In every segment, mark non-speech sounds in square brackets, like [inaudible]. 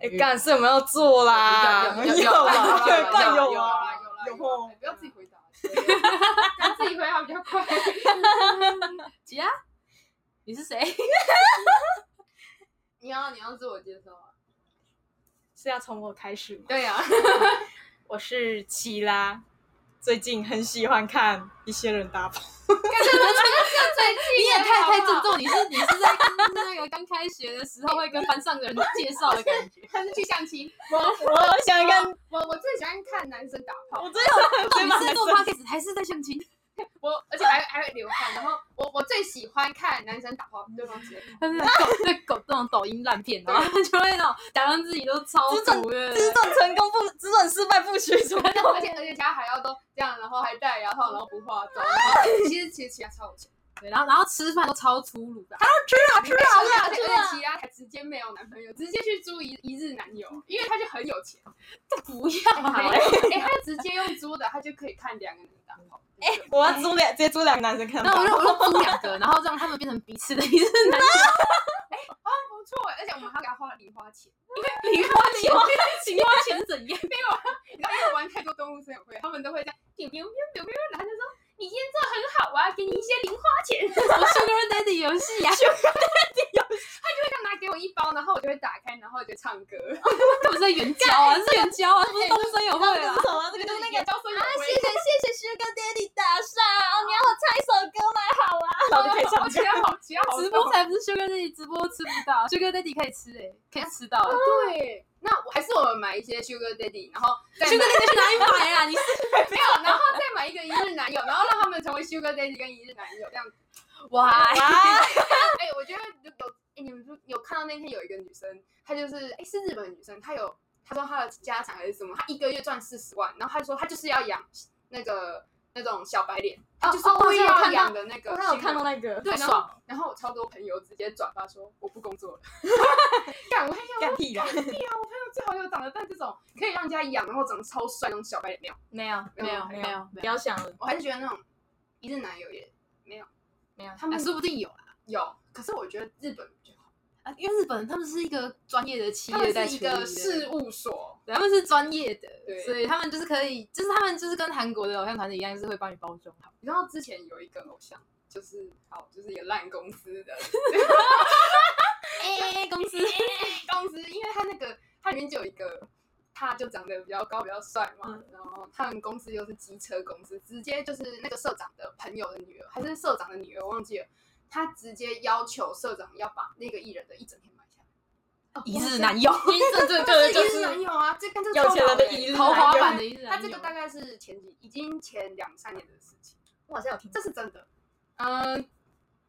哎，干事我们要做啦，有 [laughs] 有 [laughs] 有有啦，有对干有有啊，有啦有有啦哦不要自己回答，但自己回答比较快。吉啊，你是 [laughs] 谁？你要你要自我介绍啊？是要从我开始吗？ [laughs] 对呀，啊我是七啦，最近很喜欢看一些人打炮，最近你也太太郑重，你是你是在跟那个刚开学的时候会跟班上的人介绍的感 [laughs] 觉，他是去相亲。我 [laughs] 我想跟啊我我最喜欢看男生打 [laughs] 炮，我最有到最底满哦是做 podcast 还是在相亲？ [laughs] 我而且还还会流汗。然后我我最喜欢看男生打炮，对方直接但是狗那狗这种抖音烂片，然后就会那种假装自己都超只准毒的，只准成功不只准失败不许成 [laughs] 功。而且而且家还要都这样，然后还戴牙套，然后不化 [laughs] 妆。然后其实其实其他超有钱，对，然后然后吃饭都超粗鲁的，啊吃啊而且而且其他还直接没有男朋友，直接去租一一日男友，因为他就很有 [laughs] 钱。不要哎、啊，他直接用租的，他就可以看两个人打炮。 [laughs] 哎、我要租两，直接租两个男生看 [laughs] 吧。那我就我就租两个，然后让他们变成彼此的一日男不错，而且我们还给他花零花钱，女，零花钱，零花钱是怎 [laughs] 样？你知道，因为玩太多动物森友会，他们都会这样，丢丢丢丢丢，然后就说你今天做得很好啊，给你一些零花钱， [laughs] 什么 Sugar Daddy 游戏啊呀？他就拿给我一包，然后我就会打开，然后我就唱歌， [laughs] 不是在援交啊，是援交啊，不是东森友会这啊是。什么？这个哦就是那那个个。叫做有谢谢谢谢 Sugar Daddy 打赏，哦你要我唱一首歌吗？好啊，然后就可以唱我歌 [laughs] 哦其。他好，其他好直播才不是 Sugar Daddy，直播吃不到，Sugar Daddy 可以吃哎、可以吃到、欸。哦对。那我还是我们买一些 Sugar Daddy，然后再 Sugar Daddy 去哪里买啊？你是没有，然后再买一个一日男友，然后让他们成为 Sugar Daddy 跟一日男友这样子。啊哇？哇，哎、我觉得有有、哎你们就有看到那天有一个女生，她就是哎、是日本女生，她有她说她的家产还是什么，她一个月赚四十万，然后她说她就是要养那个那种小白脸，她就是哦我故意有看要到养的那个我新闻。刚有看到那个，对，好然后然后我超多朋友直接转发说我不工作了， [laughs] 干我朋哎友干屁的，啊最好有长得但这种可以让人家养，然后长得超帅那种小白脸没有，没有没有没有不要想了，我还是觉得那种一日男友也没有，他们啊说不定有啊，有，可是我觉得日本比较好，啊因为日本他们是一个专业的企他业在们处是一理的个，事务所，对他们是专业的对，所以他们就是可以，就是他们就是跟韩国的偶像团体一样，就是会帮你包装好。你知道之前有一个偶像，就是好，就是一个烂公司的 [laughs] 哎、公司公司，因为他那个他里面就有一个，他就长得比较高，比较帅嘛，然后他们公司又是机车公司，直接就是那个社长的朋友的女儿，还是社长的女儿，我忘记了，他直接要求社长要把那个艺人的一整天买下一日男友，这这来，这这就哦一日男是友啊，这跟这有钱人的一一日豪华男友版的一日男友。他这个大概是前几，已经前两三年的事情。我好像有听这是真的。嗯，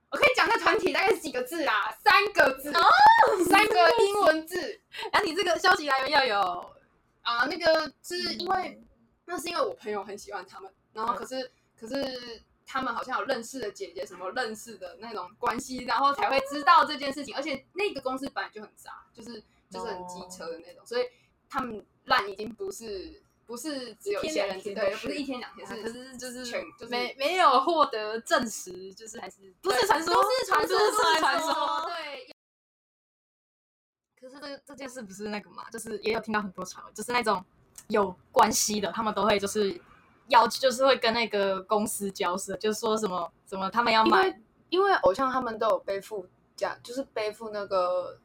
我可以讲那团体大概是几个字啊？三个字，三个英文字然后你这个消息来源要有，啊。那个是因为那是因为我朋友很喜欢他们，然后可是可是他们好像有认识的姐姐什么认识的那种关系，然后才会知道这件事情。而且那个公司本来就很渣，就是就是很机车的那种，所以他们烂已经不是。不是只有一些人一天知，两天对，都是不是一天两天，啊可是就是全就是没没有获得证实，就是还是都对是传说，都是传说，都是传都是说。对，可是这个这件事不是那个嘛，就是也有听到很多传闻，就是那种有关系的，他们都会就是要就是会跟那个公司交涉，就说什么什么他们要因为买，因为偶像他们都有背负家，就是背负那个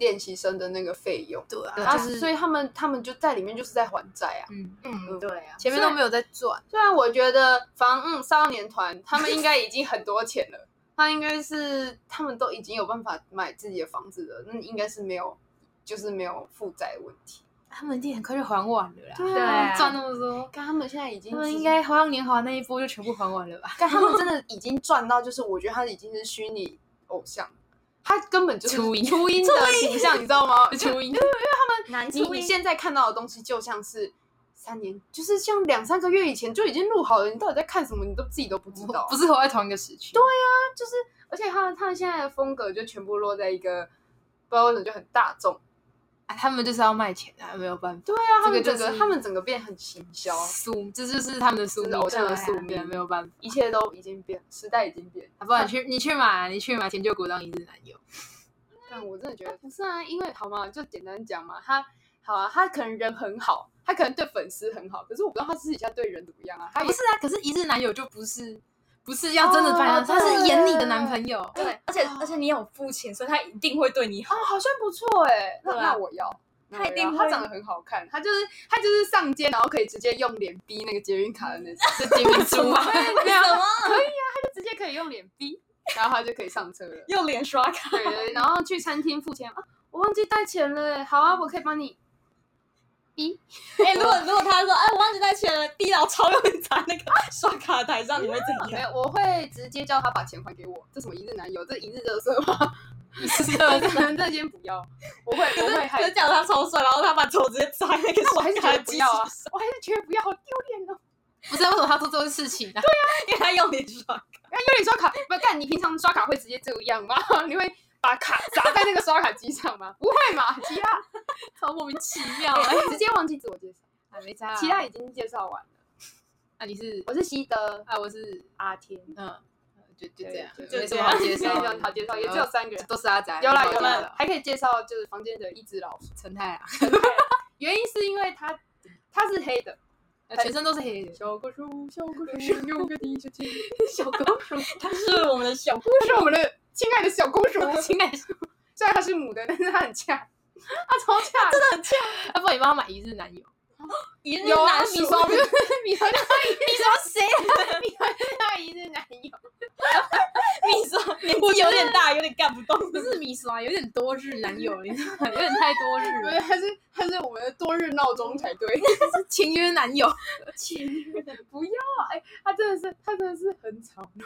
练习生的那个费用，对啊然后就是所以他们他们就在里面就是在还债啊。嗯嗯嗯对啊，前面都没有在赚，虽然我觉得防嗯少年团他们应该已经很多钱了，他应该是他们都已经有办法买自己的房子了，那应该是没有就是没有负债问题。他们一定很快就还完了啦，对啊赚那么多，看他们现在已经他们是应该花样年华那一波就全部还完了吧？但他们真的已经赚到，就是我觉得他已经是虚拟偶像，他根本就是初音初音的形象，你知道吗？[laughs] 就初音男你你现在看到的东西，就像是三年，就是像两三个月以前就已经录好了，你到底在看什么，你都自己都不知道。不是活在同一个时区，对，就是，而且他们他们现在的风格就全部落在一个，不知道为什么就很大众。他们就是要卖钱啊，没有办法。对啊，他们这个整个、就是他们整个变很行销，宿，这就是他们的宿这命，是偶像的宿命对啊没有办法。一切都已经变，时代已经变。啊不然你去你去买啊，你去买田就国当一日男友，但我真的觉得不是啊，因为好嘛，就简单讲嘛，他好啊，他可能人很好，他可能对粉丝很好，可是我不知道他私底下对人怎么样啊。他也不是啊，可是一日男友就不是不是要真的把啊他，哦他是演你的对男朋 [laughs] 友，对而且而且你有付钱，所以他一定会对你 [laughs] 好。哦，好像不错哎，那对啊那我要。那我他一定要会他长得很好看，他就是他就是上街，然后可以直接用脸逼那个捷运卡的那是捷运猪吗？没有， [laughs] 什么？就 [laughs] 直接可以用脸逼，然后他就可以上车了。用脸刷卡？对对，然后去餐厅付钱啊，我忘记带钱了，好啊，我可以帮你。逼，哎、如果如果他说，哎，我忘记带钱了，地牢超用你砸那个刷卡台上，你会怎没样？有，我会直接叫他把钱还给我。这什么一日男友，这一日热色吗？ [laughs] 啊这先不要，我会我会害就讲他超帅，然后他把头直接砸啊那个 [laughs] 刷我还是觉卡得的不机器要啊上，， [laughs] 我还是觉得不要，好丢脸哦。不知道为什么他做这种事情啊？因为他用脸刷卡。哎，有你刷卡，不干，你平常刷卡会直接这样吗？ [laughs] 你会把卡砸在那个刷卡机上吗？不会嘛，其 [laughs] 他超莫名其妙哎、哎直接忘记自我介绍，还没差、啊。其他已经介绍完了。啊，你是我是西德，啊，我是阿天，嗯，就就这样，对就没什这么 [laughs] 样好介绍没的，有好介绍，也只有三个人。都是阿宅，有啦没什有么好介啦绍，还可以介绍就是房间的一只老鼠，陈太 [laughs] 啊，原因是因为它它是黑的。呃全身都是黑的， [laughs] 小狗鼠，小狗鼠，有个地球机，小狗鼠，他是我们的小姑，它是我们的亲爱的小公主。情感虽然它是母的，但是它很恰，它超恰，真的啊，不然你帮我买一日男友，一日有啊！男你叔，说不是你说你说谁？你说一日男友，你说年纪有点大，有点干不动。不是米刷，有点多日男友，你知道吗？有点太多 [laughs] 日不了，是它是它是我们的多日闹钟才对。是情约男友，不要啊！哎、他真的是，他真的是很吵闹。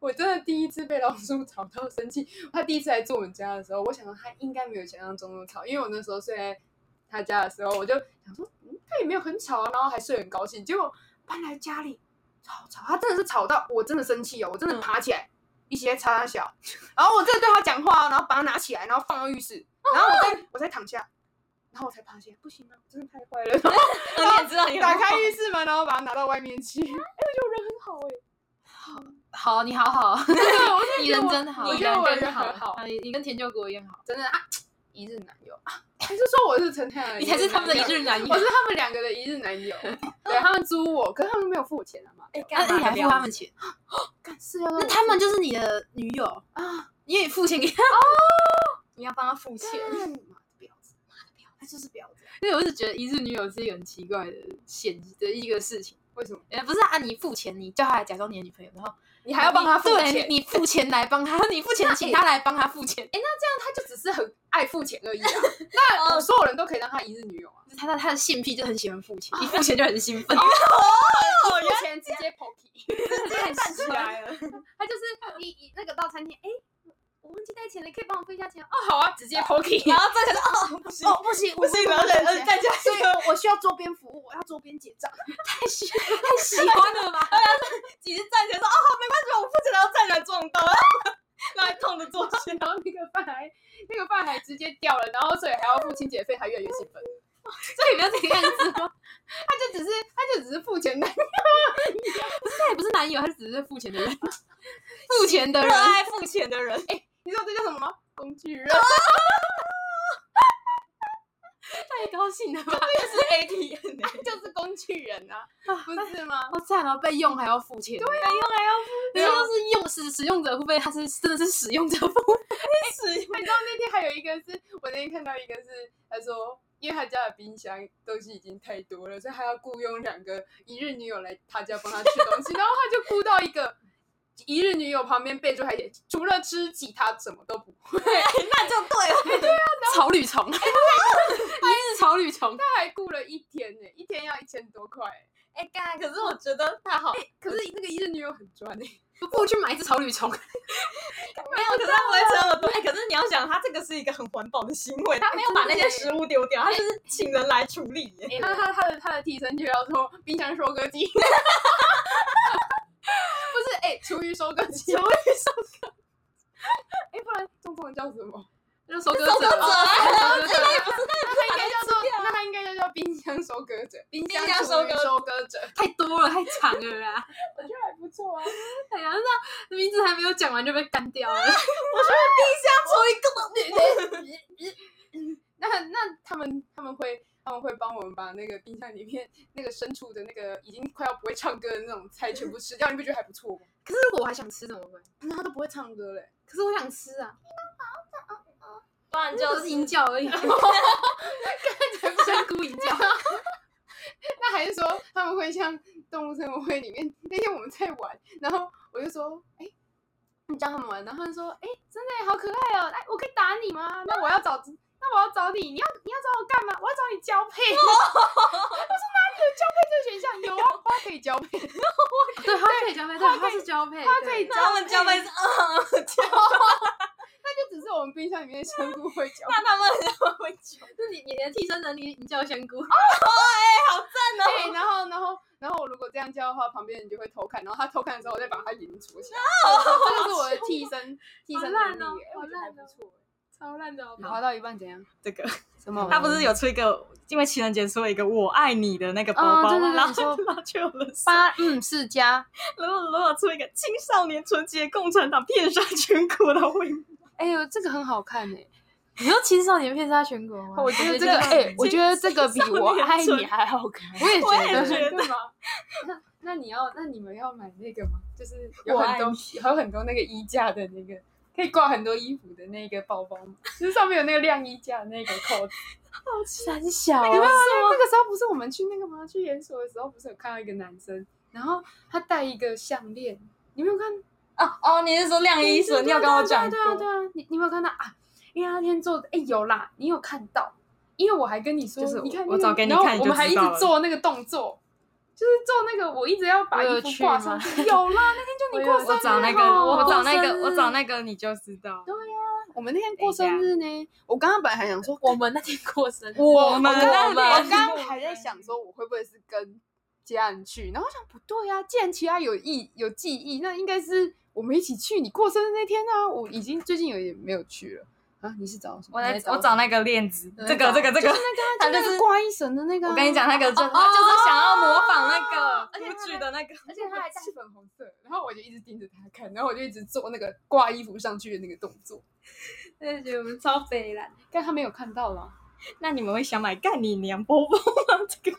我真的第一次被老鼠吵到生气。他第一次来住我们家的时候，我想说他应该没有想象中那么吵，因为我那时候睡在他家的时候，我就想说，嗯，他也没有很吵啊，然后还睡得很高兴。结果搬来家里，吵吵，他真的是吵到我真的生气哦，我真的爬起来，一起在擦他小，然后我真的对他讲话哦，然后把他拿起来，然后放到浴室，然后我再我再躺下，然后我才爬起来，不行啊，我真的太坏了。 [laughs] 你也知道你打开浴室门，然后把它拿到外面去。 [laughs] 哎、我 [laughs] 觉得我人 [laughs] 欸好，你好 [laughs] 好，很好哎、你人真好，我你觉得我人真很好好，啊你你跟田救国一样好，真的啊，一日男友啊，还是说我是陈太阳？你才是他们的一，日男友我，是他们两个的一日男友。对他们租我，可是他们没有付我钱啊嘛。哎， [laughs] 那干嘛你还付他 [laughs] 们钱，干是要那他们就是你的女友，啊，因为你付钱给他，你要帮他付钱，干妈的婊子，他就是婊子。因为我是觉得一日女友是一个很奇怪的现的一个事情。为什么？呃，不是啊，你付钱，你叫他来假装你的女朋友，然后你还要帮他付对钱？你付钱来帮他，你付钱请他来帮他付钱，哎，那他就只是很爱付 [laughs] 钱而已啊。那哦所有人都可以当他一日女友啊，那他的他的性癖就很喜欢付钱，一付钱就很兴哦 [laughs] 奋，付钱直接 pokey，太站起来了，他就是一一那个到餐厅，哎，我忘记带钱了，可以帮我付一下钱哦，好啊，直接 pokey。然后站起来说哦， [laughs] 不行，不行，不行，然后再呃再加 [laughs] 所以一个我需要周边服务，我要周边结账。喜欢了 [laughs] 吧？几次站起来说啊，没关系，我付钱，然后站起来撞到， [laughs] 然后还痛的坐起 [laughs] 来。然后那个饭还那个饭还直接掉了，然后所以还要付清洁费，他越来越兴奋。所以不要这个样子哦，他就只是他就只是付钱的，他也不是男友，他只是付钱的人， [laughs] 付钱的热人，爱付钱的人， [laughs] 你知道这叫什么吗？工具人。 [laughs] 太高兴了吧？这是 ATM，就是工具人啊，不是吗？ [laughs] 好惨哦，被用还要付钱，啊对，用来要付你说是用使使用者付费，他是真的是使用者付费，钱，哎你知道那天还有一个是我那天看到一个是他说。因为他家的冰箱东西已经太多了，所以他要雇佣两个一日女友来他家帮他吃东西， [laughs] 然后他就雇到一个一日女友旁边备注还写除了吃鸡他什么都不会， [laughs] 那啊就对哦了。草履虫， [laughs] 一日草履虫，他还雇了一天呢、一天要一千多块、哎干，可是我觉得他好，可是那个一日女友很专诶、不如去买一只草履虫，没有，可是他不会折耳朵。哎，可是你要想，他这个是一个很环保的行为，他没有把那些哎食物丢掉，他就是请人来处理耶。哎他他他的他的替身就要说冰箱收割机，不 [laughs] 是哎、厨余收割机，厨余收割， [laughs] 哎、不然中中文叫什 [laughs] 么？就收割收割者者啊哦收割者啊那他应该叫做那他应该就叫冰箱收割者，冰箱厨余收割收割者，太多了，太长了啦。 [laughs] 我觉得还不错啊。哎呀，那名字还没有讲完就被干掉了。 [laughs] 那那他们他们会他们会帮我们把那个冰箱里面那个牲畜的那个已经快要不会唱歌的那种菜全部吃掉，你不觉得还不错吗？ [laughs] 可是如果我还想吃怎么办？那他都不会唱歌嘞，可是我想吃啊，不然就就是是银角而 [laughs] 已，香菇银 [laughs] 角。那还是说他们会像动物生活会里面那天我们在玩，然后我就说，哎、你教他们玩，然后他们说，哎、真的耶好可爱哦、哎，我可以打你吗？那我要找，那我要找你，你要你要找我干嘛？我要找你交配。 [laughs] 我说哪里有交配这个选项？有啊，花可以交配， [laughs] 对，它可以交配，对，它是交配，花可以啊对交那他们交配哎是，嗯，那就只是我们冰箱里面的香菇会交配。那他们他们 [laughs] 会交那你你的替身能力银角香菇，对，哎然后然后然后我如果这样叫的话，旁边人就会偷看，然后他偷看的时候，我再把他眼睛 [laughs] 戳起来。哦这就是我的替身替身能力耶，好烂哦我觉得还好烂不哦错耶。超烂的，好不好滑到一半怎样？这个，什么他不是有出一个，因为情人节出了一个“我爱你”的那个包哦包对对吗，对然你后说然后就有人说，八嗯世家？然后然后出一个青少年纯洁共产党骗杀全国的会议，哎呦，这个很好看哎、你说青少年骗杀全国吗？我觉得这觉个得哎、我青觉得这个比少我年爱你啊纯还好看。我也我也觉觉得，得吗？ [laughs] 那那你要那你们要买那个吗？就是有我很爱多有很多那个衣架的那个。可以挂很多衣服的那个包包吗？就是上面有那个晾衣架的那个扣子。三小啊你们那个时候不是我们去那个吗？去研所的时候，不是有看到一个男生，然后他戴一个项链，你没有看？哦哦，你是说晾衣对绳？你有跟我讲对啊对过？啊对啊，你你有没有看到啊？因为他那天做的，哎、有啦，你有看到？因为我还跟你说，就是你看、那我个我找给你然后看你就我们还一知道直了做那个动作，就是做那个，我一直要把我有衣服去吗挂上去。有啦，那天就你过生日 [laughs] 我找那个，哦我找过那生个，日我找那个，你就知道。我们那天过生日呢，我刚刚本来还想说，我们那天过生日，我我刚们刚我们我刚刚还在想说，我会不会是跟家人去？然后我想不对啊，既然其他有忆有记忆，那应该是我们一起去你过生日那天啊。我已经最近有点没有去了啊。你是找什么我来你，我什么找那个链子，我在这个，找这个，这个，他就就那个是，挂一绳的那个啊、我跟你讲，那个就是他就是想要模仿那个舞剧的那个，而且他还戴粉红色，然后我就一直盯着他看，然后我就一直做那个挂衣服上去的那个动作，真的觉得我们超肥啦。但他没有看到啦。 [laughs] 那你们会想买干你娘包包吗？这个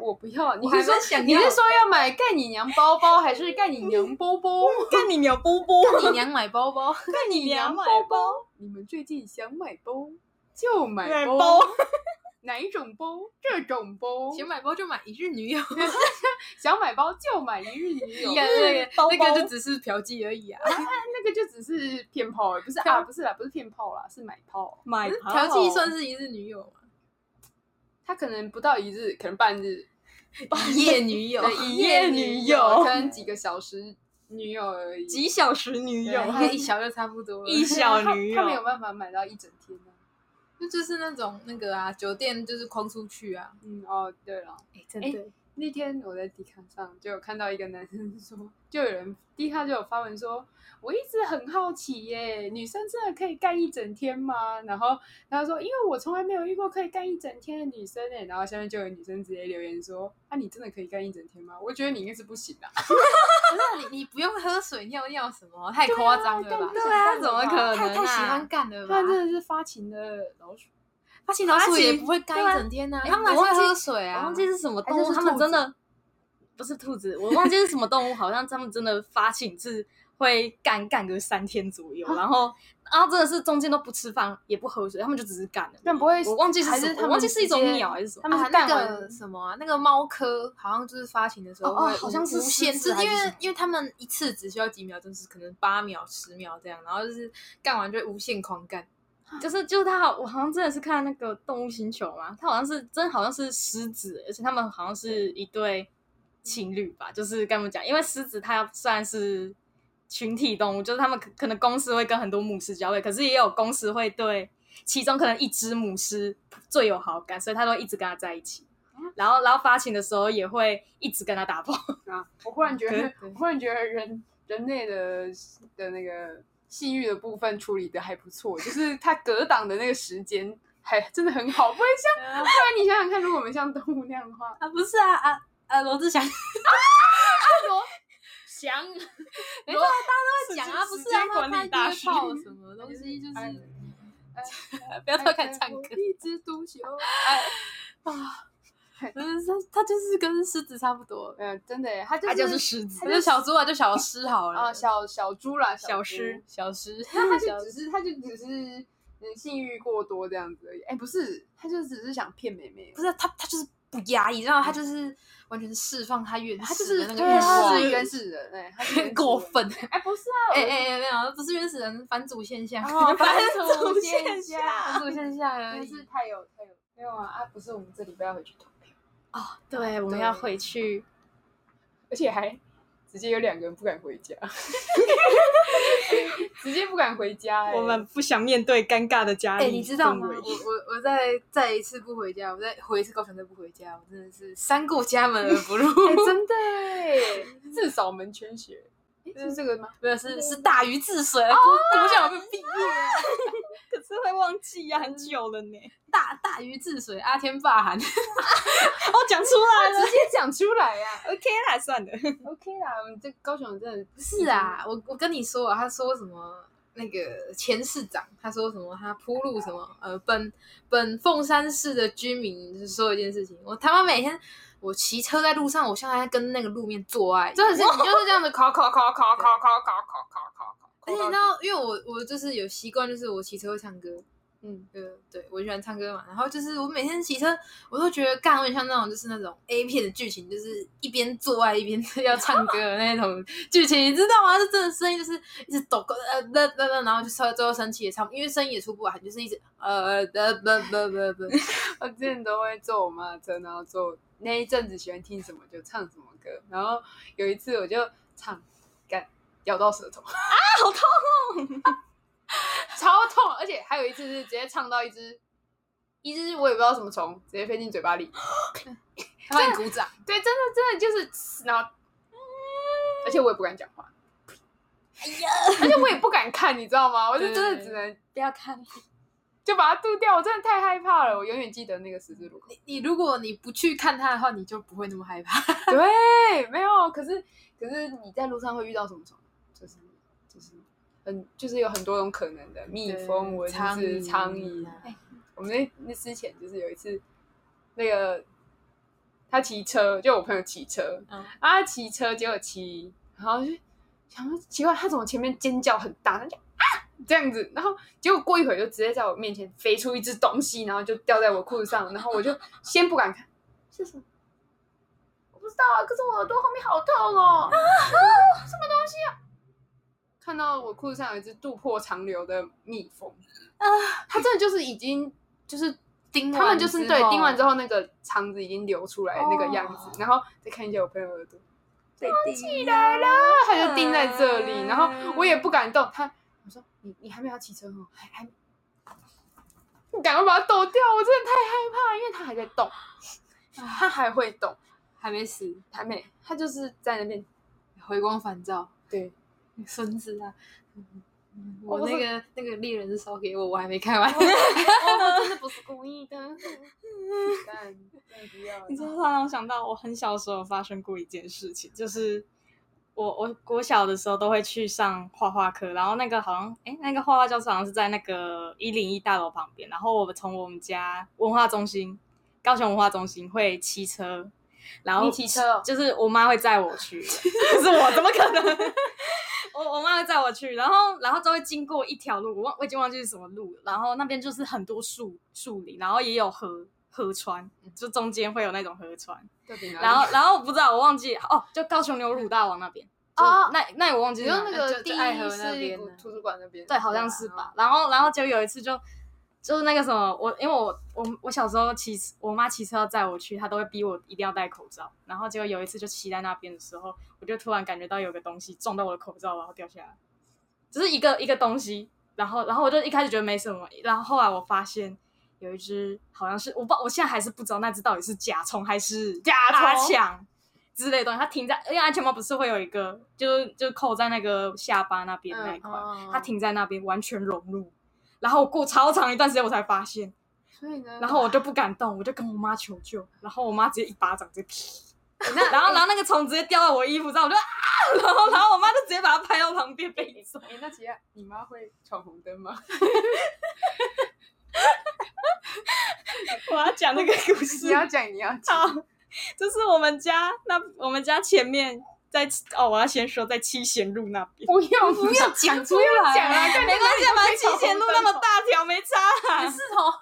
我不要，你还是说蛮想你要是说要买盖你娘包包，还是盖你娘包 [laughs] 包？干你娘包包，你娘买包包，干你娘娘包买包，你们最近想买包就买买包，包哪一种包？这种包，想买包就买一日女友，想买包就买一日女 [laughs] 友。呀那个包包那个就只是嫖妓而已啊。那个就只是骗炮而已，不是啊，不是啦，不是骗炮啦，是买炮。买包嫖妓算是一日女友吗？他可能不到一日，可能半日，一夜女友，对一夜夜女女友可能几个小时女友而已。几小时女友，对一小就差不多了。一小女 [laughs] 他，他没友有，办法买到一整天的、那就是那种那个啊，酒店就是框出去啊。嗯，哦，对了，哎，真的那天我在迪卡上就有看到一个男生说，就有人迪卡就有发文说，我一直很好奇耶，女生真的可以干一整天吗？然后他说，因为我从来没有遇过可以干一整天的女生哎，然后下面就有女生直接留言说，啊，你真的可以干一整天吗？我觉得你应该是不行啊的、可哎是你你不用喝水尿尿什么，太啊夸张了吧？对啊怎么可能太太喜欢干了吧他？真的是发情的老鼠，发现老鼠发情也不会干一整天呐、对啊他们还是我忘会记喝水我啊忘。记是什么动还是物，是他兔们子真的不是兔子，我忘记是什么动物，好像他们真的发情是会干干个三天左啊右，然后然后真的是中间都不吃饭也不喝水，他们就只是干了。但不会，我忘记是还什是么他我们忘记是一种直接鸟还是什么他们啊是，那干完、个什么啊，那个猫科好像就是发情的时候哦哦会好像无是无限狮制子，还因是什为么因为他们一次只需要几秒钟，就是可能八秒、十秒这样，然后就是干完就会无限狂干。就是就是它好，我好像真的是看那个《动物星球》嘛，它好像是真好像是狮子，而且他们好像是一对情侣吧，就是跟他们讲，因为狮子它虽然是群体动物，就是他们可可能公狮会跟很多母狮交配，可是也有公狮会对其中可能一只母狮最有好感，所以它都会一直跟它在一起。啊然后，然后发情的时候也会一直跟它打炮，啊！我忽然觉对得，我忽然觉得人人类的的那个性欲的部分处理的还不错，就是它隔挡的那个时间还真的很好，不会啊像，不然你想想看，如果我们像动物那样的话，啊，不是啊啊啊，罗志祥，说强，没错错，大家都会讲啊，时不间是啊，时间管理他大看师约炮什么东西，就是呃哎 [laughs] 不 [laughs] 要偷看唱歌，一枝独秀。不是他，他就是跟狮子差不多，嗯，真的耶，他就他是就是狮子，他他就就小猪啊，就小狮好了啊，小小猪啦，小猪狮。小狮，那他就小只是，他就只是嗯性欲过多这样子而已。哎，不是，他就只是想骗妹妹不。是他，他就是不压抑，然后他就是完全释放他原嗯他始就是的那个对欲啊，他望是原始人哎，他是原始人 [laughs] 过分。哎，不是啊，哎哎哎，没有，不是原始人，反祖现象，哦 [laughs] 反 [laughs] 反祖现现象反祖现象而真已。是太有太有没有啊啊！不是，我们这礼拜要回去投票，对，我们要回去。而且还直接有两个人不敢回家， [laughs] 直接不敢回家、哎我们不想面对尴尬的家哎、里氛围。你知道吗？我我我再再一次不回家，我再回一次高雄再不回家，我真的是三顾家门而不入。 [laughs] 哎、真 [laughs] 的哎，自扫门前雪，哎是这个吗？啊没有，是是大禹治水，哦我不想有被毕业。可是会忘记呀、很久了呢。大大禹治水，阿天霸寒。哦，讲出来了啊直接讲出来呀、 [laughs] ，OK 啦，算了。 OK 啦，我们这高雄真的是啊，我我跟你说啊，他说什么那个前市长，他说什么他铺路什么呃，本本凤山市的居民就是说一件事情，我他妈每天我骑车在路上，我像在跟那个路面做爱，真的是你就是这 [laughs] 样子考考考考考考考考考考考，而且你知道，因为我我就是有习惯，就是我骑车会唱歌，嗯，对对，我喜欢唱歌嘛。然后就是我每天骑车，我都觉得干，我很像那种就是那种 A 片的剧情，就是一边做爱一边 [laughs] 要唱歌的那种剧情，你知道吗？就真的声音就是一直抖，呃，哒哒哒，然后就最后最后生气也唱不，因为声音也出不来，就是一直呃，哒哒哒哒哒。我哦之前都会坐我妈的车，然后坐那一阵子喜欢听什么就唱什么歌，然后有一次我就唱，干咬到舌头 [laughs] 啊，哦 [laughs] 好痛，超痛，而且还有一次是直接唱到一只。一只我也不知道什么虫，直接飞进嘴巴里。他帮你鼓掌，对，真的真的就是，然后，而且我也不敢讲话，哎呀，而且我也不敢看，你知道吗？我就真的只能不要看，就把它渡掉，我真的太害怕了，我永远记得那个十字路口。你你如果你不去看他的话，你就不会那么害怕。对，没有，啊可是可是你在路上会遇到什么虫？就是就是很就是有很多种可能的，蜜蜂、蚊苍子、蝇苍蝇。哎啊我们那那之前就是有一次，那个他骑车，就我朋友骑车，嗯啊，他骑车结果骑，然后就想说奇怪，他怎么前面尖叫很大，他就啊这样子，然后结果过一会儿就直接在我面前飞出一只东西，然后就掉在我裤子上，然后我就先不敢看是什么。我不知道啊，可是我耳朵后面好痛哦！啊，什么东西啊？看到我裤子上有一只渡破长流的蜜蜂，它真的就是已经就是 [laughs] 叮啊完他们就是之对后叮完之后那个肠子已经流出来的那个样子，哦然后再看一下我朋友耳朵，忘记来了。啊，他就钉在这嗯里，然后我也不敢动他，我说你你还没有要骑车哦，还还。你赶快把它抖掉！我真的太害怕了，因为它还在动，啊它还会动，还没死，还没，它就是在那边。回光返照。对，孙子啊！嗯嗯我我不那是个 [laughs] 那个猎人烧给我，我还没看完。 [laughs] 我哦真的不是故意的。但但不要你知道，突然让我想到，我很小的时候发生过一件事情，就是我我国小的时候都会去上画画课，然后那个好像哎，那个画画教室好像是在那个一零一大楼旁边，然后我们从我们家文化中心，高雄文化中心会骑车。然后你骑车哦就是我妈会载我去， [laughs] 可是我怎么可能？ [laughs] 我我妈会载我去，然后然后就会经过一条路，我忘我已经忘记是什么路了，然后那边就是很多树树林，然后也有河河川，就中间会有那种河川，到底哪里然后然后我不知道我忘记哦，就高雄牛乳大王那边哦哦，那那我忘记你是说哪那里个就第就爱河一那是边古呢图书馆那边，对，啊好像是吧？然后，然后就有一次就就是那个什么，我因为我我我小时候骑我妈骑车要载我去，她都会逼我一定要戴口罩。然后结果有一次就骑在那边的时候，我就突然感觉到有个东西撞到我的口罩，然后掉下来，只是一个一个东西。然后，然后我就一开始觉得没什么，然后后来我发现有一只好像是我不，我现在还是不知道那只到底是甲虫还是甲阿虫强之类的东西。它停在，因为安全帽不是会有一个，就是就扣在那个下巴那边那一块。哦它停在那边完全融入。然后我过超长一段时间我才发现，所以呢，然后我就不敢动，我就跟我妈求救，然后我妈直接一巴掌直接劈，然后然哎后那个虫直接掉到我衣服上，我就啊，然后然后我妈就直接把它拍到旁边被走。哎、那其他你妈会闯红灯吗？我要讲那个故事， [laughs] 你要讲，你要讲。好，就是我们家那我们家前面在哦，我要先说在七贤路那边，不用不要讲出讲来，啊，[laughs] 看没关系到嘛，底会不七会贤路那么大条，没差 [laughs] [laughs] 啦。是哦，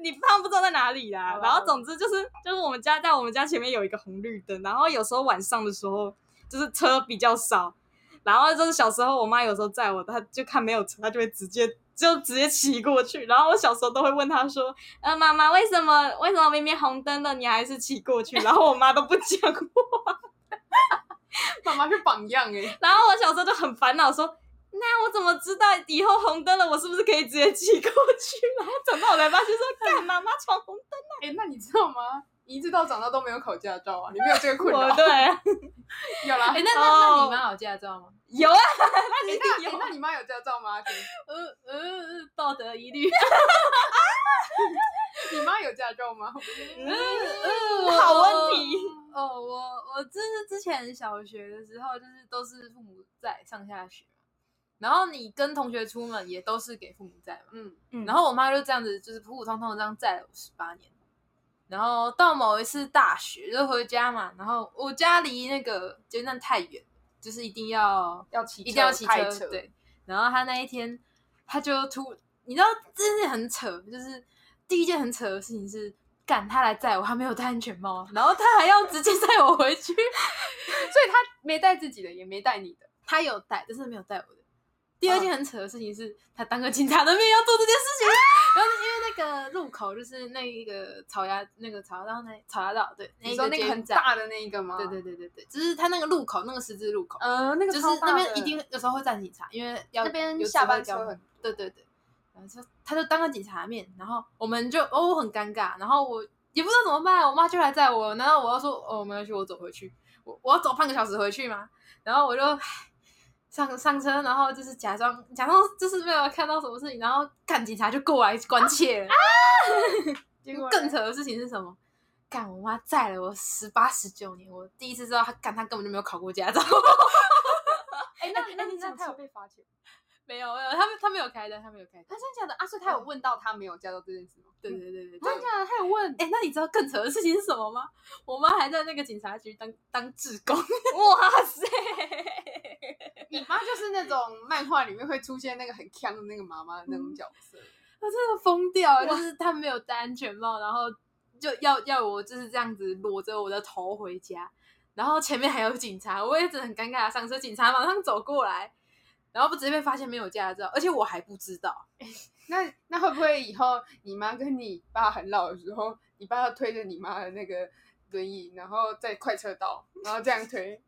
你他们不知道在哪里啦好。吧然后总之就是就是我们家在我们家前面有一个红绿灯，然后有时候晚上的时候就是车比较少，然后就是小时候我妈有时候载我，她就看没有车，她就会直接就直接骑过去。然后我小时候都会问她说：“呃，妈妈，为什么为什么明明红灯了你还是骑过去？”然后我妈都不讲话。妈妈是榜样哎，然后我小时候就很烦恼说。那我怎么知道以后红灯了，我是不是可以直接骑过去？然后长到我才发现说，干妈妈闯红灯哎、那你知道吗？你一直到长大都没有考驾照啊，你没有这个困我，扰。对， [laughs] 啊有啦，哎，哎、那那那你妈有驾照吗？有啊，那那一定那、有。那你妈有驾照吗？ [laughs] 呃呃，道德疑虑，你妈有驾照吗？嗯好问题。哦，我我就是之前小学的时候，就是都是父母在上下学嘛，然后你跟同学出门也都是给父母在嘛，嗯，嗯然后我妈就这样子，就是普普通通的这样载了我十八年，然后到某一次大学就回家嘛，然后我家离那个捷运站太远，就是一定要要骑车，一定要骑开车，车，对。然后他那一天，他就突，你知道这件事很扯，就是第一件很扯的事情是，干他来载我，他没有戴安全帽，啊然后他还要直接 [laughs] 载我回 [laughs] 去。所以她没带自己的，也没带你的。嗯他有带，但是没有带我的。第二件很扯的事情是，他当个警察的面要做这件事情。啊然后因为那个路口就是那一个草芽，那个草芽道那草芽道，对，你一说个那捷个运很站，大的那一个吗？对对，对对对，就是他那个路口那个十字路口，呃，那个就是超大那的边一定有时候会站警察，因为要那边有指下班挥交车通很对对对，然后就他就当个警察面，然后我们就哦我很尴尬，然后我也不知道怎么办，我妈就来载我，然后我要说哦没关系，我走回去，我我要走半个小时回去嘛，然后我就唉上上车，然后就是假装假装就是没有看到什么事情，然后干警察就过来啊关切了。结果更扯的事情是什么？干我妈载了我十八十九年，我第一次知道她干她根本就没有考过驾照。哎、那那那那他他有有被罚钱？没有没有，他们他没有开灯，他没有开灯。他真的假的啊？所以他有问到他没有驾照这件事吗？对对对对真对的。假的？他有问，啊哎、那你知道更扯的事情是什么吗？我妈还在那个警察局当当志工， [laughs] 哇塞，你妈就是那 [laughs] 种漫画里面会出现那个很强的那个妈妈的那种角色。我真的疯掉了。就是她没有戴安全帽，然后就要要我就是这样子裸着我的头回家，然后前面还有警察，我也真的很尴尬地上车，警察马上走过来，然后不直接被发现没有驾照，而且我还不知道。那那会不会以后你妈跟你爸很老的时候，你爸要推着你妈的那个轮椅，然后在快车道，然后这样推？ [laughs]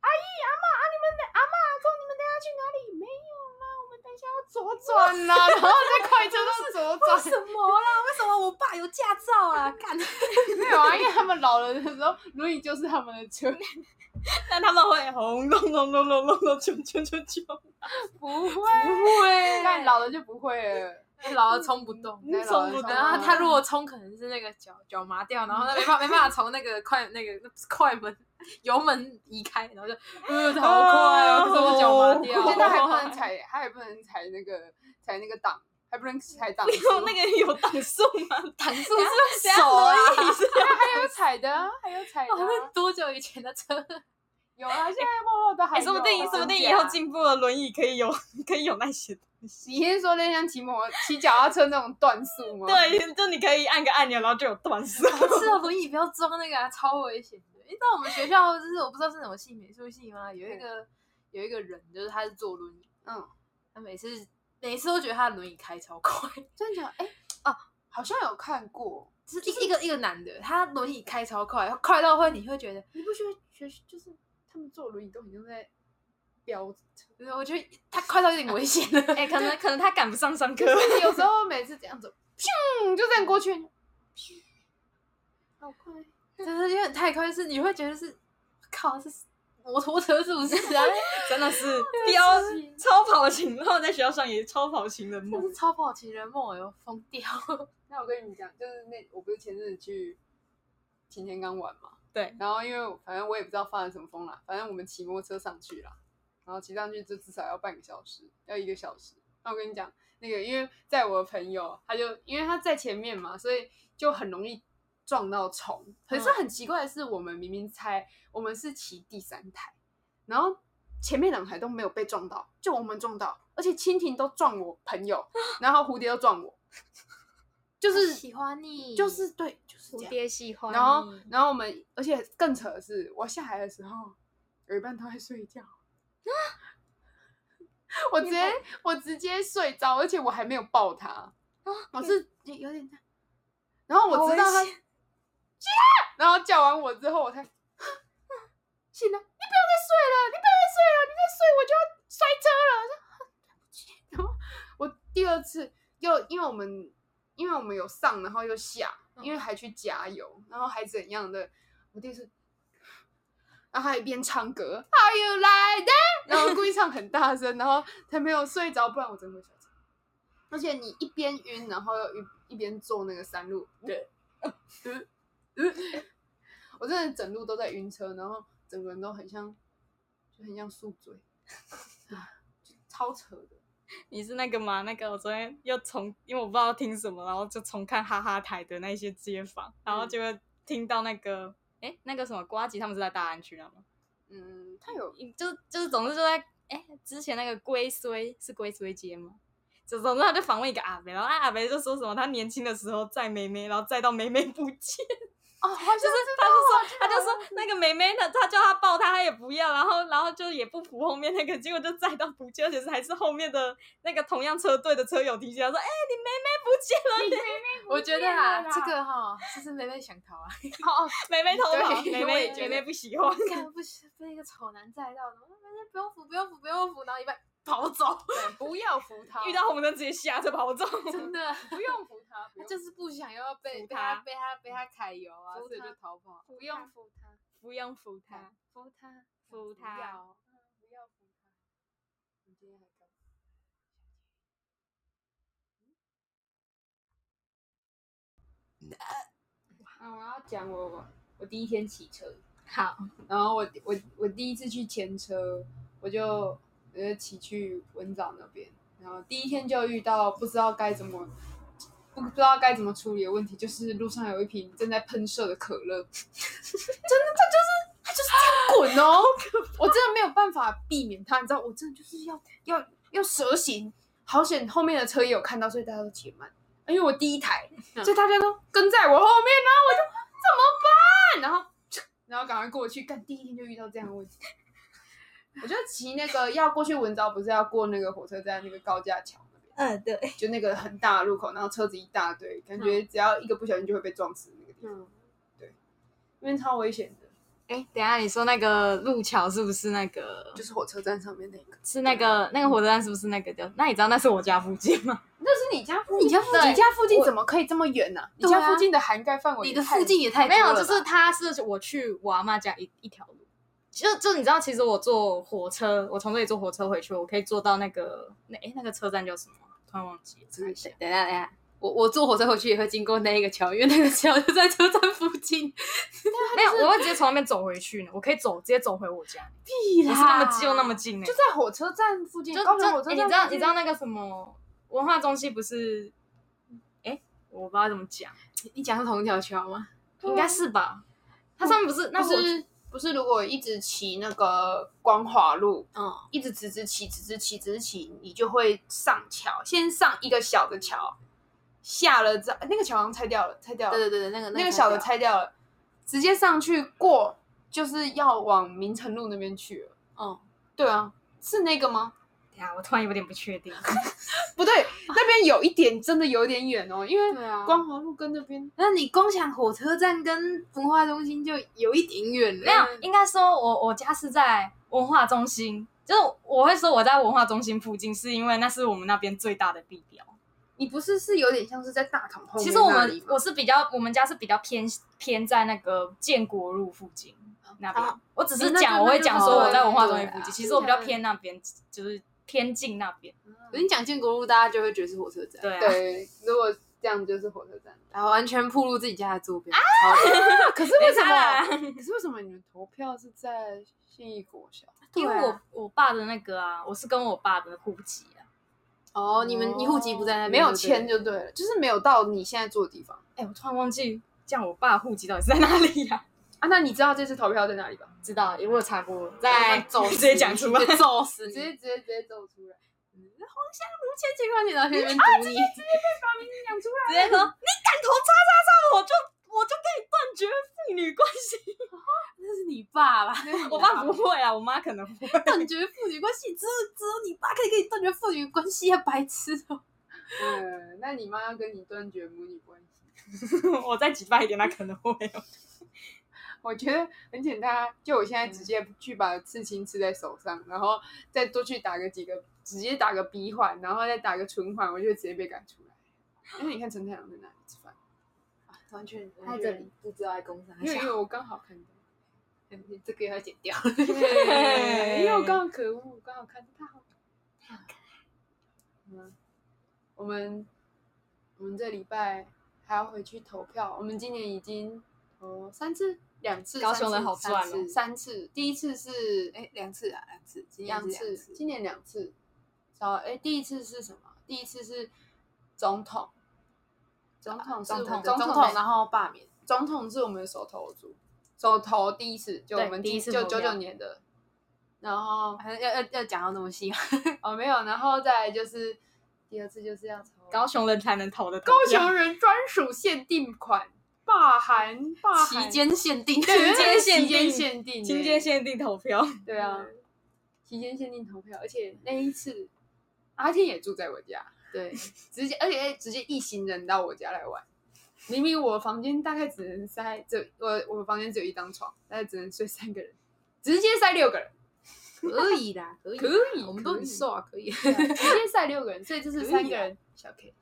阿姨、阿妈、啊你们的阿妈、阿公，你们等一下去哪里？没有啦，我们等一下要左转啦，然后在快车 [laughs] 道左为转。什么啦？为什么我爸有驾照 [laughs] 啊？干！没有啊，因为他们老了的时候，轮椅就是他们的车。那他们会轰隆隆隆隆隆隆啾啾啾啾， [laughs] 不会，会 [laughs] 但老了就不会了。老了冲不动。对冲不动然后他如果冲，可能是那个脚脚麻掉，然后他没办法没办法从那个快那个那不是快门油门移开，然后就啊嗯呃好快哦，可是我脚麻啊掉。现在还不能踩，他还不能踩那个踩那个档，还不能踩 [laughs] 档。用那个有挡速吗？弹速是用手等啊，还有踩的啊，还有踩的啊，哦多久以前的车？有啊，现在默默的还哎，有啊。说不定说不定以假后进步了，轮椅可以有可以有那些东西。你是说那像骑摩骑脚踏车那种段速吗？，对，就你可以按个按钮，然后就有断速。不是 [laughs] 啊，轮椅不要装那个、啊，超危险的。你知道我们学校就是我不知道是什么系，美术系吗？有一个有一个人就是他是坐轮椅，嗯，他每次每次都觉得他的轮椅开超快。真的假的哎啊，好像有看过。就是一一个一个男的，他轮椅开超快，快到会你会觉得，你不觉得学就是他们坐轮椅都很像在飙车？就是我觉得他快到有点危险了。哎，可能可能他赶不上上课可是有时候每次这样走，咻就这样过去， [laughs] 咻好快。就是有点太快，就是你会觉得是，靠，是摩托车是不 [laughs] 是啊？真的是飙超跑型，然后在学校上也超跑型的这梦。是超跑情人梦，哎呦疯掉！那我跟你们讲，就是那我不是前阵子去晴天刚玩嘛，对，然后因为反正我也不知道发了什么疯啦，反正我们骑摩托车上去啦，然后骑上去就至少要半个小时，要一个小时。那我跟你讲，那个因为在我的朋友，他就因为他在前面嘛，所以就很容易撞到虫。可是很奇怪的是，我们明明猜我们是骑第三台，然后前面两台都没有被撞到，就我们撞到，而且蜻蜓都撞我朋友，然后蝴蝶都撞我， [laughs] 就是喜欢你，就是对，就是这蝴样。蝶喜欢你，然后，然后我们，而且更扯的是，我下来的时候，有一半都在睡觉。啊 [laughs] 我直接，我直接睡着，而且我还没有抱他。我是有啊有点这样，然后好我知危道他，然后叫完我之后， [laughs] 我才醒了。你不要再睡了，你不要再睡了，你再睡我就要摔车了。我说对不起。 [laughs] 然后我第二次又因为我们因为我们有上，然后又下，因为还去加油，然后还怎样的，我第一次。然后还一边唱歌，Are you like that？然后故意唱很大声，然后才没有睡着，不然我真的会睡着。而且你一边晕，然后又一一边坐那个山路，对， [laughs] 我真的整路都在晕车，然后整个人都很像，就很像宿醉，就超扯的。你是那个吗？那个我昨天又重，因为我不知道听什么，然后就重看哈哈台的那些街访，然后就会听到那个，哎、那个什么瓜吉他们是在大安区那吗？嗯，他有就就是总之就在，哎、之前那个龟虽是龟虽街吗？就总之他就访问一个阿北，然后那阿北就说什么他年轻的时候载妹妹，然后载到妹妹不见。哦，好像啊就是是他就说，他就说那个妹妹呢，他叫他抱她，他也不要，然后然后就也不扶后面那个，结果就载到不见，而且是还是后面的那个同样车队的车友提醒他说，哎、你妹妹不见了，我觉得啊，不见了啦这个哈，就是妹妹想逃啊，哦，妹妹偷跑，对妹我也妹觉妹得妹不喜欢。看不行，被一个丑男载到，然后妹妹不用扶，不用扶，不用扶，然 [laughs] 后一半跑走，对不要扶他，遇到红灯直接下车跑走，真的，不用扶他，不他用就是不想要被扶被他他被他被他揩油啊，扶所以他就逃跑。不用扶他，不用扶他，扶他，扶不啊他。要，不要扶他。你今天还干嘛？嗯啊，我要讲我我我第一天骑车，好，然后我我我第一次去牵车，我就我就骑去文藻那边，然后第一天就遇到不知道该怎么不知道该怎么处理的问题，就是路上有一瓶正在喷射的可乐， [laughs] 真的，它就是它就是这样滚哦， [laughs] 我真的没有办法避免它，你知道，我真的就是要要要蛇行，好险后面的车也有看到，所以大家都骑慢，因为我第一台，所以大家都跟在我后面，然后我就怎么办？然后然后赶快过去，干第一天就遇到这样的问题。我就骑那个要过去文藻，不是要过那个火车站那个高架桥那边，嗯，对，就那个很大的路口，然后车子一大堆，感觉只要一个不小心就会被撞死的那个地方，嗯，因为超危险的，哎、等一下你说那个路桥是不是那个？就是火车站上面那个。是那个那个火车站是不是那个叫？那你知道那是我家附近吗？那是你家附近，你家附对你家附近怎么可以这么远呢、你对啊家附近的涵盖范围你也的太，附近也太没有，多了就吧是他是我去我阿妈家一一条路，就就你知道，其实我坐火车，我从这里坐火车回去，我可以坐到那个那哎那个车站叫什么？突然忘记了，查一下。等一下，等一下，我我坐火车回去也会经过那一个桥，因为那个桥就在车站附近。没有，我会直接从那边走回去呢，我可以走直接走回我家，屁不是那么近又那么近呢、就在火车站附近，就高雄就火车诶站你知道你知道那那个什么文化中心不是？哎、我不知道怎么讲，你讲是同一条桥吗？应该是吧？它上面不是那啊不我是不是，如果一直骑那个光华路，嗯，一直直直骑，直直骑，直直骑，你就会上桥，先上一个小的桥，下了之后那个桥好像拆掉了，拆掉了，对对对对，那个那个小的才拆掉了，直接上去过，就是要往明城路那边去了。嗯，对啊，是那个吗？等一下我突然有点不确定。不 [laughs] 对，那边有一点真的有点远哦，因为对啊。光华路跟那边那你光想火车站跟文化中心就有一点远了。没有，应该说我我家是在文化中心，就是我会说我在文化中心附近，是因为那是我们那边最大的地标。你不是是有点像是在大同后面其实我那里们吗我是比较，我们家是比较偏偏在那个建国路附近那边。啊我只是那就讲，我会讲说我在文化中心附对啊近，其实我比较偏那边，就是偏近那边。你讲建国路，大家就会觉得是火车站。对啊，对，如果这样就是火车站。然后完全暴露自己家的周边，啊可是为什没么？可是为什么你们投票是在信义国小？因为对啊我我爸的那个啊，我是跟我爸的户籍啊。哦，你们你户籍不在那边，没有对不对签，就对了，就是没有到你现在住的地方哎、我突然忘记，这样我爸户籍到底是在哪里呀、啊。那你知道这次投票在哪里吧？知道，我有查过，在走直接讲出来。对揍死直你！接直接直接走出来，千奇怪你到那边堵你，直接说你敢投叉叉叉，我就我就跟你断绝父女关 [laughs] 系。那是你爸吧？ [laughs] 我爸不会啊，我妈可能会。断绝父女关系，只有只有你爸可以跟你断绝父女关系啊，白痴哦！嗯，那你妈要跟你断绝母女关系，我再举办一点，她可能会哦。我觉得很简单啊，就我现在嗯直接去把刺青刺在手上，然后再多去打个几个，直接打个鼻环，然后再打个唇环，我就直接被赶出来。因为你看陈太阳在哪里吃饭？完全他在这里不知道在公司，因为因为我刚好看 [laughs] 到，这个要剪掉。因为我刚好可恶，我刚好看到他好可爱。嗯，我们我们这礼拜还要回去投票，我们今年已经投三次、两次，高雄三人次好三赚次哦三次，第一次是哎，两次啊，两次，今天两是次，两今年两次。找哎，第一次是什么？第一次是总统，总统是总我们统总总统统，然后罢免，总统是我们的首投组，首投第一次就我对们第一次就投九九票年的，然后还要要要讲到那么 [laughs] 细啊，哦没有，然后再来就是第二次就是要投高雄人才能投的投高票，雄人专属限定款，霸韩霸韩期间限定，对 [laughs] 期间限期间定限定今欸天限定投票。对啊，期间限定投票，而且那一次阿天也住在我家， [laughs] 对，直接而且直接一行人到我家来玩。明明我房间大概只能塞，这我我房间只有一张床，大概只能睡三个人，直接塞六 [laughs] 个人，可以啦，可以啦，可以我们都可很以瘦啊，可以。对啊直接塞六个人，所以就是可以三个啊人小 case。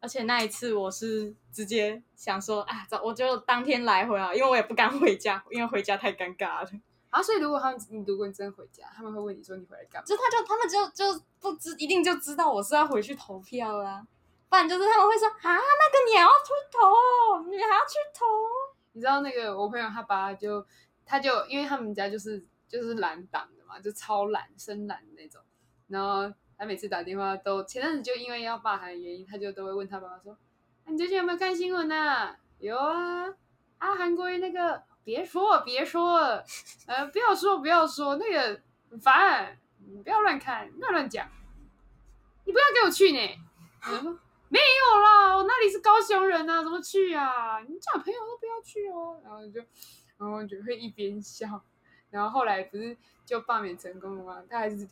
而且那一次我是直接想说啊，早我就当天来回啊，因为我也不敢回家，因为回家太尴尬了。啊，所以如果他们你如果你真回家，他们会问你说你回来干嘛？就他就他们就就不知一定就知道我是要回去投票啦、不然就是他们会说啊，那个你还要去投，你还要去投，哦你知道那个我朋友他爸就他就因为他们家就是就是懒党的嘛，就超懒生懒的那种，然后他每次打电话都前阵子就因为要罢韩的原因，他就都会问他爸爸说：“啊，你最近有没有看新闻啊？有啊，啊，韩国瑜那个别说了别说了，呃，不要说不要说，那个很烦，你不要乱看，不要乱讲，你不要给我去呢。”我就说没有啦，我那里是高雄人啊，怎么去啊？你叫朋友都不要去哦。然后就，然后就会一边笑，然后后来不是就罢免成功了吗？他还是这样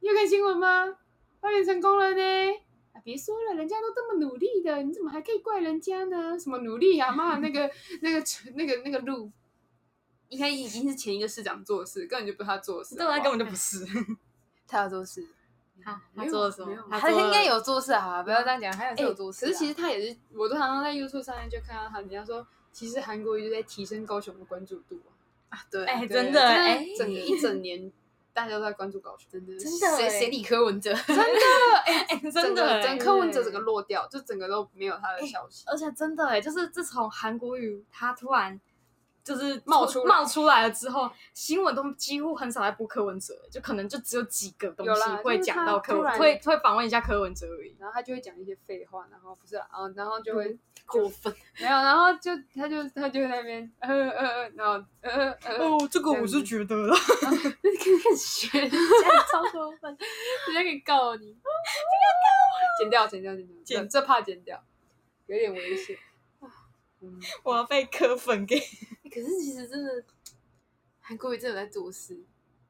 你有看新闻吗？罢免成功了呢。啊，别说了，人家都这么努力的，你怎么还可以怪人家呢？什么努力啊？妈，那个、那个、那个、那个路，应该已经是前一个市长做的事，根本就不是他做的事。这他根本就不是。他有做事，他没他有做了什么没有？他应该有做事好吧？不要这 [laughs] 样讲，他有是哎，有做事啊。可是其实他也是，我都常常在 YouTube 上面就看到他，人家说其实韩国瑜就在提升高雄的关注度啊、啊，对啊，哎对真的哎真的整个一整年大家都在关注高雄，真的真的谁哎谁理柯 [laughs] 文哲？真的哎、哎、 [laughs] 真整的个欸整柯文哲整个落掉，就整个都没有他的消息。而且真的哎、就是自从韩国语他突然就是冒出来冒出来了之后，新闻都几乎很少在播柯文哲，就可能就只有几个东有西啦会就是讲他到柯突然文，会会访问一下柯文哲而已。然后他就会讲一些废话，然后不是啊，嗯然后就会、过分，没有，然后就他就他就在那边呃呃呃，然后呃呃呃，哦，这个我是觉得啦， [laughs] 很悬，这样超过分， [laughs] 人家可以告你。剪掉剪掉剪掉，剪这这怕剪掉，有点危险。嗯，我要被柯粉 [laughs] 给可是其实真的，韩国瑜真的有在做事。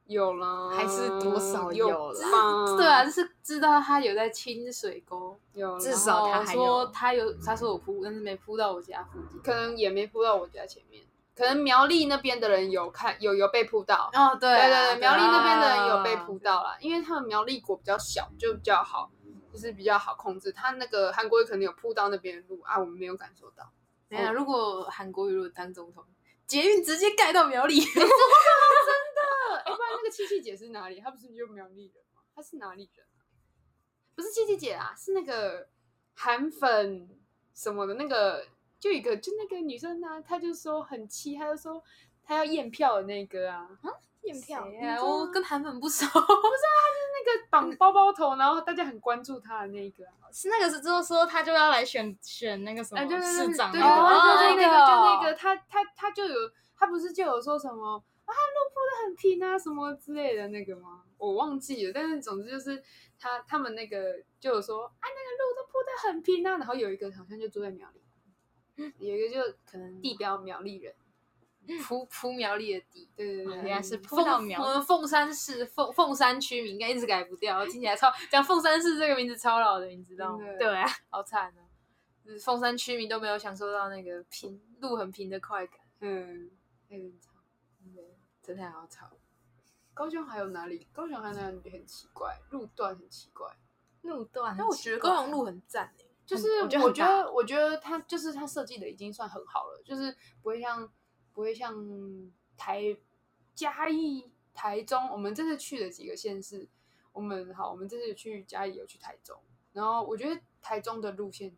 有啦，还是多少有啦吧对啊，就是知道他有在清水沟，有，至少他然后还说有他有，他说我扑，但是没扑到我家附近。可能也没扑到我家前面，可能苗栗那边的人有看有有被扑到，哦，对对啊对对，苗栗那边的人有啊被扑到啦，因为他们苗栗国比较小，就比较好，就是比较好控制。他那个韩国瑜可能有扑到那边的路啊，我们没有感受到，没啊有，如果韩国瑜如果当总统，捷运直接盖到苗栗。 [laughs] 哎、不然那个七七姐是哪里？她不是就苗栗人吗？她是哪里人啊、不是七七姐啊，是那个韩粉什么的那个，就有一个就那个女生呢、啊她就说很气，她就说她要验票的那个啊，验票谁啊我嗯跟韩粉不熟，那个绑包包头，然后大家很关注她的那个啊，是那个是之后说他就要来选选那个什么哎对对对市长对对对，那个哦对对对哦对就那个她她她就有她不是就有说什么啊落魄的很平啊什么之类的那个吗？我忘记了，但是总之就是她他们那个就有说啊那个路都铺的很平啊，然后有一个好像就住在苗嗯栗，有一个就可能地标苗栗人，蒲蒲苗栗的地。对对对，哦嗯原来是凤扑到苗我们凤山市凤凤山区名应该一直改不掉，听起来超讲凤山市这个名字超老的，你知道吗？真的对啊，好惨哦！就是凤山区民都没有享受到那个平路很平的快感。嗯，那个很吵，真的好吵。高雄还有哪里？高雄还有哪里很奇怪？路段很奇怪。路段很奇怪。但我觉得高雄路很赞欸诶、就是我觉得我很觉大得，我觉得它就是它设计的已经算很好了，就是不会像不会像台嘉义、台中，我们这次去的几个县市，我们好，我们这次去嘉义有去台中，然后我觉得台中的路线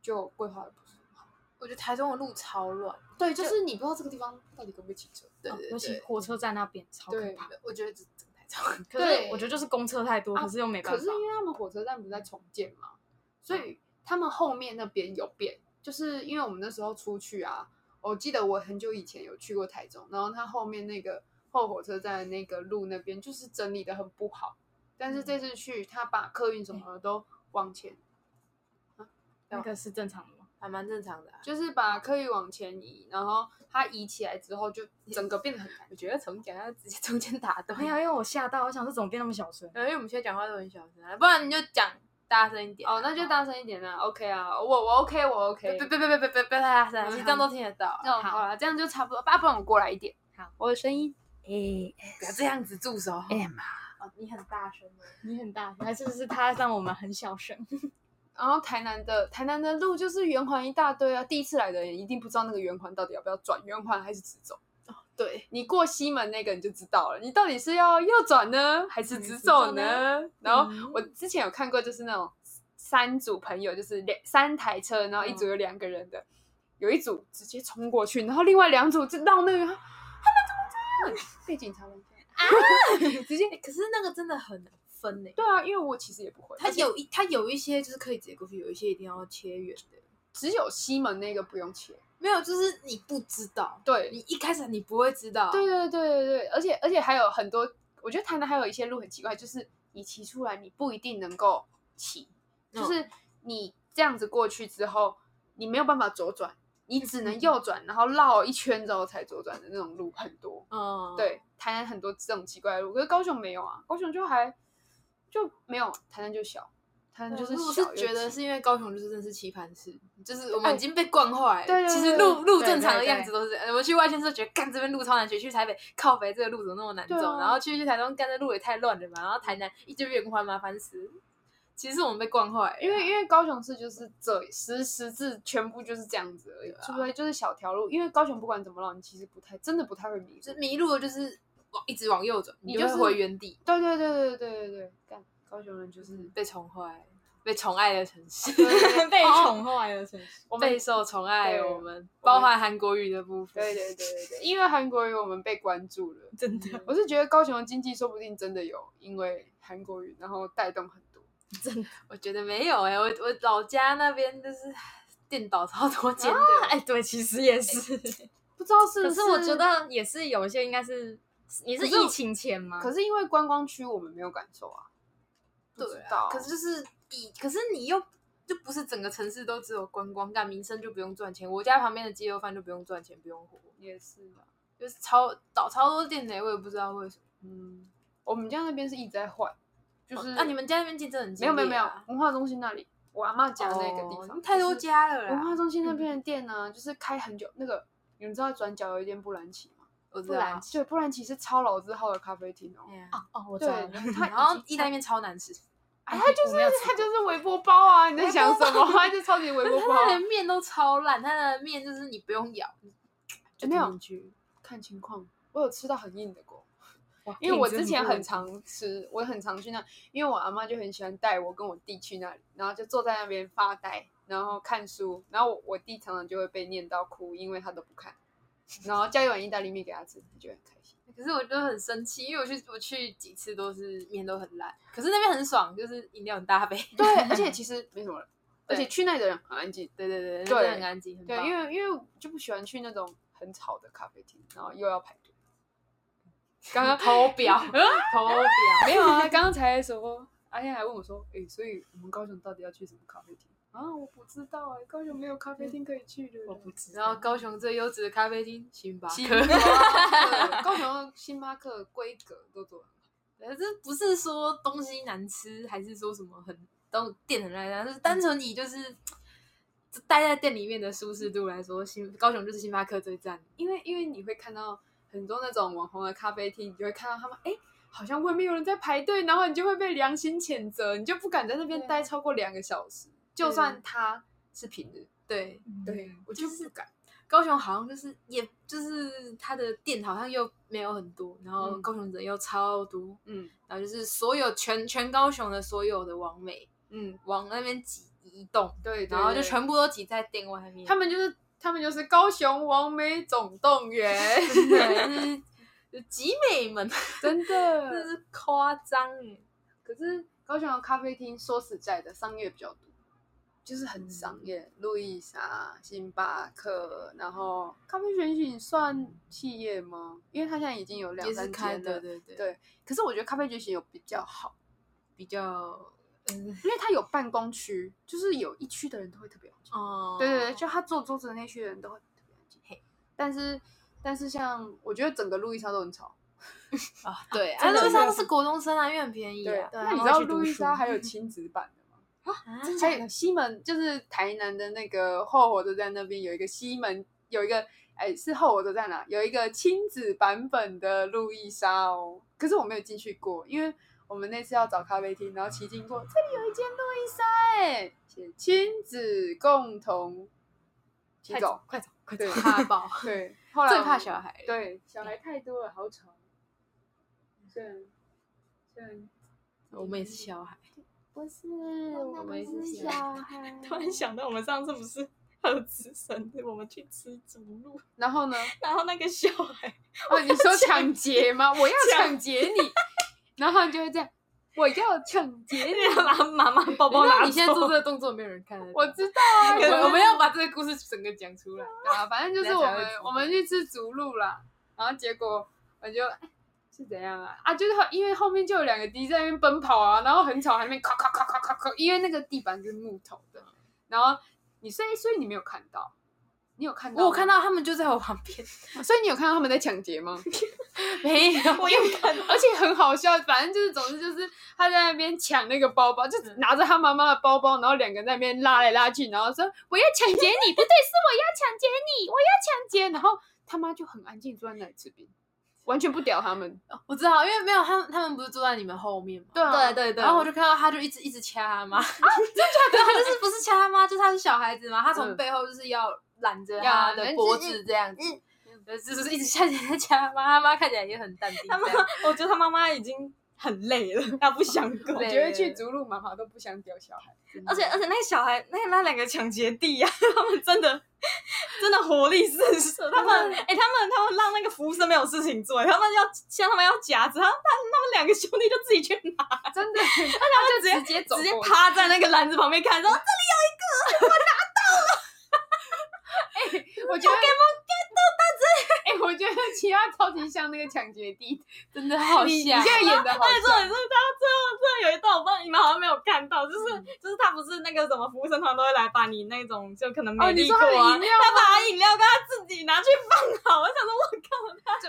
就规划的不是很好，我觉得台中的路超乱，对，就是你不知道这个地方到底可不可以骑车，对哦对尤其对，火车站那边超可对怕。我觉得这整台超可是对我觉得就是公车太多，啊可是又没办可法是。因为他们火车站不是在重建嘛，所以他们后面那边有变，就是因为我们那时候出去啊，我记得我很久以前有去过台中，然后它后面那个后火车站的那个路那边就是整理的很不好，但是这次去他把客运什么的都往前，那个是正常的吗？还蛮正常的、啊。就是把客运往前移，然后它移起来之后就整个变得很难。我觉得从讲要直接中间打断，没因有，因为我吓到，我想这怎么变那么小声？为我们现在讲话都很小声、啊，不然你就讲大声一点啊。 [laughs] 哦，那就大声一点啦、o k 啊，我我 OK，我 OK，别别别别别别别大声啊，其实这样都听得到啊。哦，好了，这样就差不多，爸，不然我过来一点，好，我的声音哎不要这样子住手。 M 哦，你很大声哦。你很大声，还是不是他让我们很小 [laughs] 声？然哦后台 [laughs] 南的台南的路就是圆环一大堆啊，第一次来的人一定不知道那个圆环到底要不要转圆环还是直走。对，你过西门那个你就知道了，你到底是要右转呢 [laughs] 还是直走呢？然后嗯我之前有看过，就是那种三组朋友，就是两三台车，然后一组有两个人的，有一组直接冲过去，然后另外两组就绕那个，他们怎么这样？被警察拦下来。直接。哎可是那个真的很难分呢、 [laughs] 对啊，因为我其实也不会，它而且有一它有一些就是可以直接过去，有一些一定要切远的。只有西门那个不用切。没有，就是你不知道，对，你一开始你不会知道。对对对对对，而且而且还有很多，我觉得台南还有一些路很奇怪，就是你骑出来你不一定能够骑，嗯，就是你这样子过去之后，你没有办法左转，嗯你只能右转，然后绕一圈之后才左转的那种路很多。嗯，对，台南很多这种奇怪的路，可是高雄没有啊，高雄就还就没有，台南就小，台南对。就是我小又是觉得挤是因为高雄就是真的是棋盘式，就是我哎们已经被惯坏了。对对其对实路路对正常的对样子都是这样。我去外县市觉得干这边路超难学，去台北靠北这个路怎么那么难走？对啊然后去去台中干这路也太乱了吧？然后台南一堆圆环麻烦死。其实是我们被惯坏了，啊因为因为高雄市就是这十十字全部就是这样子而已，除非就是小条路。因为高雄不管怎么绕，你其实不太真的不太会迷路就。迷路了，就是往一直往右走，你就你就会是回原地，对对对对对对对，干高雄人 [laughs] 就是被宠坏、被宠爱的城市。被宠坏的城市，[laughs] 我们备受宠爱，对我们包含韩国语的部分。对对对对对，因为韩国语我们被关注了。真的我是觉得高雄的经济说不定真的有因为韩国语，然后带动很多。真的。我觉得没有哎、我我老家那边就是 [sighs] 电脑超多间的， [laughs] 啊哎，对，其实也是。不知道是可不是我觉，得也是有一些应该是，你是可是我疫情前吗？可是因为观光区我们没有感受啊。不知对啊道，可是就是以，可是你又就不是整个城市都只有观光干，民生就不用赚钱。我家旁边的鸡肉饭就不用赚钱，不用活，也是啊，就是超倒超多店的、欸我也不知道为什么。嗯，我们家那边是一直在换，就是哦那、你们家那边竞争很激烈、没有啊？没有没有文化中心那里，我阿妈家那个地哦方太多就是家了文啦。化中心那边的店呢，就是开很久。那个你们知道转角有一间布兰奇吗？我知不然道。对，布兰奇是超老字号的咖啡厅哦。哎呀哦，我知对道了，，它然后意大利面超难吃，哎，它就我是没有吃它就是微波包啊！你在想什么？它就超级微 [laughs] 波包它，的面都超烂，它的面就是你不用咬，就没有吞进去。看情况。我有吃到很硬的过，因为我品之质前不很稳常吃，我很常去那，因为我阿妈就很喜欢带我跟我弟去那里，然后就坐在那边发呆，然后看书，然后我我弟常常就会被念到哭，因为他都不看，然后叫一碗意大利面给他吃，他就很开 [laughs] 心。可是我就很生气，因为我去我去几次都是面都很烂，可是那边很爽，就是饮料很大杯， [laughs] 对，而且其实没什么人，而且对去那里的人很安静。对对对，对那边很安静，很对，棒因为因为我就不喜欢去那种很吵的咖啡厅，然后又要排队。刚刚偷 [laughs] 表偷表，没有啊，刚刚才说，阿燕还问我说，诶，所以我们高雄到底要去什么咖啡厅啊？我不知道哎、高雄没有咖啡厅可以去的。我不知然后高雄最优质的咖啡厅星巴克。道，高雄的星巴克规格都做得很好。可是不是说东西难吃，还是说什么很东店很烂，就是单纯以就是就待在店里面的舒适度来说，星高雄就是星巴克最赞。因为因为你会看到很多那种网红的咖啡厅，你就会看到他们哎。诶好像外面有人在排队，然后你就会被良心谴责，你就不敢在那边待超过两个小时，就算他是平日，对，嗯 [laughs] 对我就不敢。高雄好像就是也就是它的店好像又没有很多，然后嗯高雄人又超多，嗯然后就是所有全全高雄的所有的网美嗯，往那边挤移动，对，对然后就对全部都挤在店外面。他们就是他们就是高雄王美总动员，对，就是集美们，真真的。是夸张欸哎。可是高雄的咖啡厅说实在的，商业比较多，就是很商嗯业，路易莎、星巴克，然嗯后咖啡选品算企业吗？因为它现在已经有两也是三开间的，了。对对对可是我觉得咖啡觉醒有比较好，比较嗯因为它有办公区，就是有一区的人都会特别好。哦，对对对，就他坐桌子的那区的人都会特别安静。但是但是像我觉得整个路易莎都 [laughs] 很吵。啊， [laughs] 对反啊正路上都是国中生啊，因为很便宜对啊，，那你然后知道去读路易莎书还有亲子版的吗？啊还有呃西门，就是台南的那个后火车站那边有一个西门，有一个哎是后火车站啊，有一个亲子版本的路易莎哦。可是我没有进去过，因为我们那次要找咖啡厅，然后骑经过，这里有一间路易莎哎，写亲子共同骑快走走，，快走，快走！对怕 [laughs] 爆，对，后来最我怕们小孩了，对，小孩太多了，好吵。虽然虽然我们也是小孩，不是，我们也是小孩。突然想到，我们上次不是 [laughs] 喝直生日，我们去吃竹鹿，然后呢？然后那个小孩，哦，你 [laughs] 说抢劫吗？我要抢劫你，然后你就会这样，我要抢 [laughs] 劫你。那个把妈妈包包拿那走。你现在做这个动作，没有人看得到，我知道啊，可能我我们要把这个故事整个讲出来，啊，反正就是我人家才们会知道我们去吃竹鹿啦，然后结果我就哎是怎样啊？啊，就是因为后面就有两个敌在那边奔跑啊，然后很吵，还在那边咔咔咔咔咔咔，因为那个地板是木头的，然后你所以所以你没有看到，你有看到？我有看，到他们就在我旁边，所以你有看到他们在抢劫吗？没 [laughs] 有，我又看而且很好笑，反正就是，总之就是他在那边抢那个包包，就拿着他妈妈的包包，然后两个人在那边拉来拉去，然后说我要抢劫你，不对，是我要抢劫你，我要抢劫，然后他妈就很安静坐在那里吃冰，完全不屌他们。我知道，因为没有他们，他们不是坐在你们后面嘛，对啊，对对然后我就看到他就一直一直掐他妈， [laughs] 对，他就是不是掐他妈，就是他是小孩子嘛，他从嗯背后就是要揽着要他的人脖就是子这样子，呃，就是一直掐掐掐他妈，他妈看起来也很淡定这他样，妈，我觉得他妈妈已经很累了，她不想管。我觉得去逐鹿妈妈都不想屌小孩，而且而且那个小孩，那那两个抢劫弟呀、 [laughs] 他们真的真的活力四射。他们哎、他们他们让那个服务生没有事情做，他们要像他们要夹子，他们他们他们两个兄弟就自己去拿，真 [laughs] 的，他就们直接走直接过去趴在那个篮子旁边 [laughs] 看，然后我觉得。哎、我觉得其他超级像那个抢劫弟，真的好你你像现，在演的好那哎重点是他最后最后有一段，我不知道你们好像没有看到，就是、嗯就是他不是那个什么服务生团都会来把你那种就可能哦没你力说过他的啊，饮料他把他饮料跟他自己拿去放好，我想说我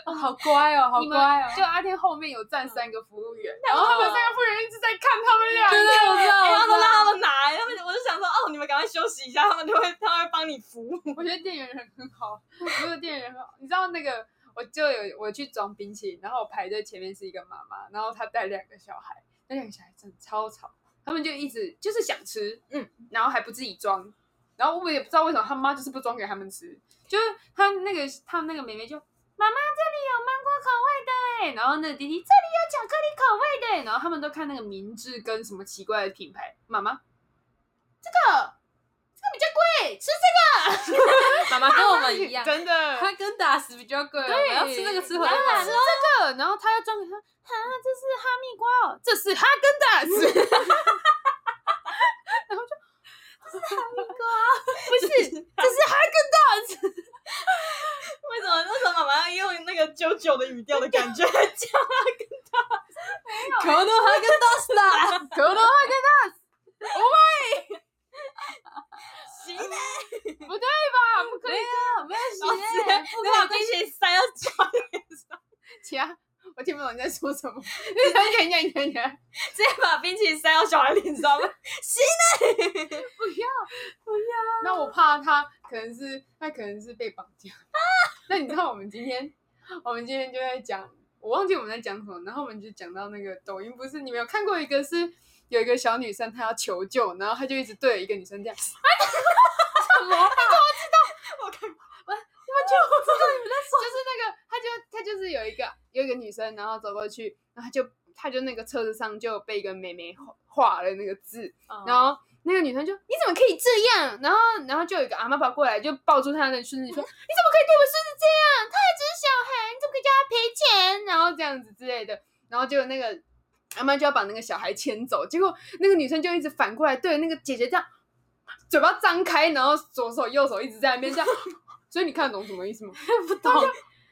哦好乖哦，好你们乖哦，就阿天后面有站三个服务员，然后他们三个服务员一直在看他们俩。对对，我知道，哎，我他知道说让他们拿，他们我就想说，哦，你们赶快休息一下，他们就会他会帮你服 [laughs] 务。我觉得店员人很好，我觉得店员人很好。你知道那个，我就有我去装冰淇淋，然后我排队前面是一个妈妈，然后她带两个小孩，那两个小孩真的超吵，他们就一直就是想吃，嗯，然后还不自己装，然后我也不知道为什么他妈就是不装给他们吃，就是他那个他那个妹妹就妈妈这里有芒果口味的哎、味，然后那个弟弟这里有巧克力口味的，然后他们都看那个明治跟什么奇怪的品牌，妈妈这个这个比较贵，吃妈妈跟我们一这样个，真的她跟达斯比较贵，哦我要吃那个吃回来当然吧。吃这个，然后他要装给他，哈，这是哈密瓜哦，这是哈根达斯，然后就这是哈 [laughs] 密瓜，不是，这是哈根达斯。为什么为什么妈妈要用那个啾啾的语调的感 [laughs] 觉讲？嗯可能还跟达斯啊啦， [laughs] 可乐哈行的，根不对吧？ [laughs] 不可以啊这样，没有直接不好跟谁塞到 [laughs] 脚脸上，其他我听不懂你在说什么。你讲讲讲讲讲，直接把冰淇淋塞到小孩脸上。不要不要。那我怕他可能是他可能是被绑架。 [laughs] 那你知道我们今天我们今天就在讲，我忘记我们在讲什么，然后我们就讲到那个抖音，不是你们有看过一个是有一个小女生她要求救，然后她就一直对着一个女生这样，就是那个，他就他就是有一个有一个女生，然后走过去，然后他就他就那个车子上就被一个妹妹画画了那个字，然后那个女生就你怎么可以这样？然后然后就有一个阿妈跑过来就抱住她的孙子说你怎么可以对我孙子这样？他也只是小孩，你怎么可以叫他赔钱？然后这样子之类的，然后就那个阿妈就要把那个小孩牵走，结果那个女生就一直反过来对那个姐姐这样。嘴巴张开，然后左手右手一直在那边这样， [laughs] 所以你看得懂什么意思吗？ [laughs] 不懂，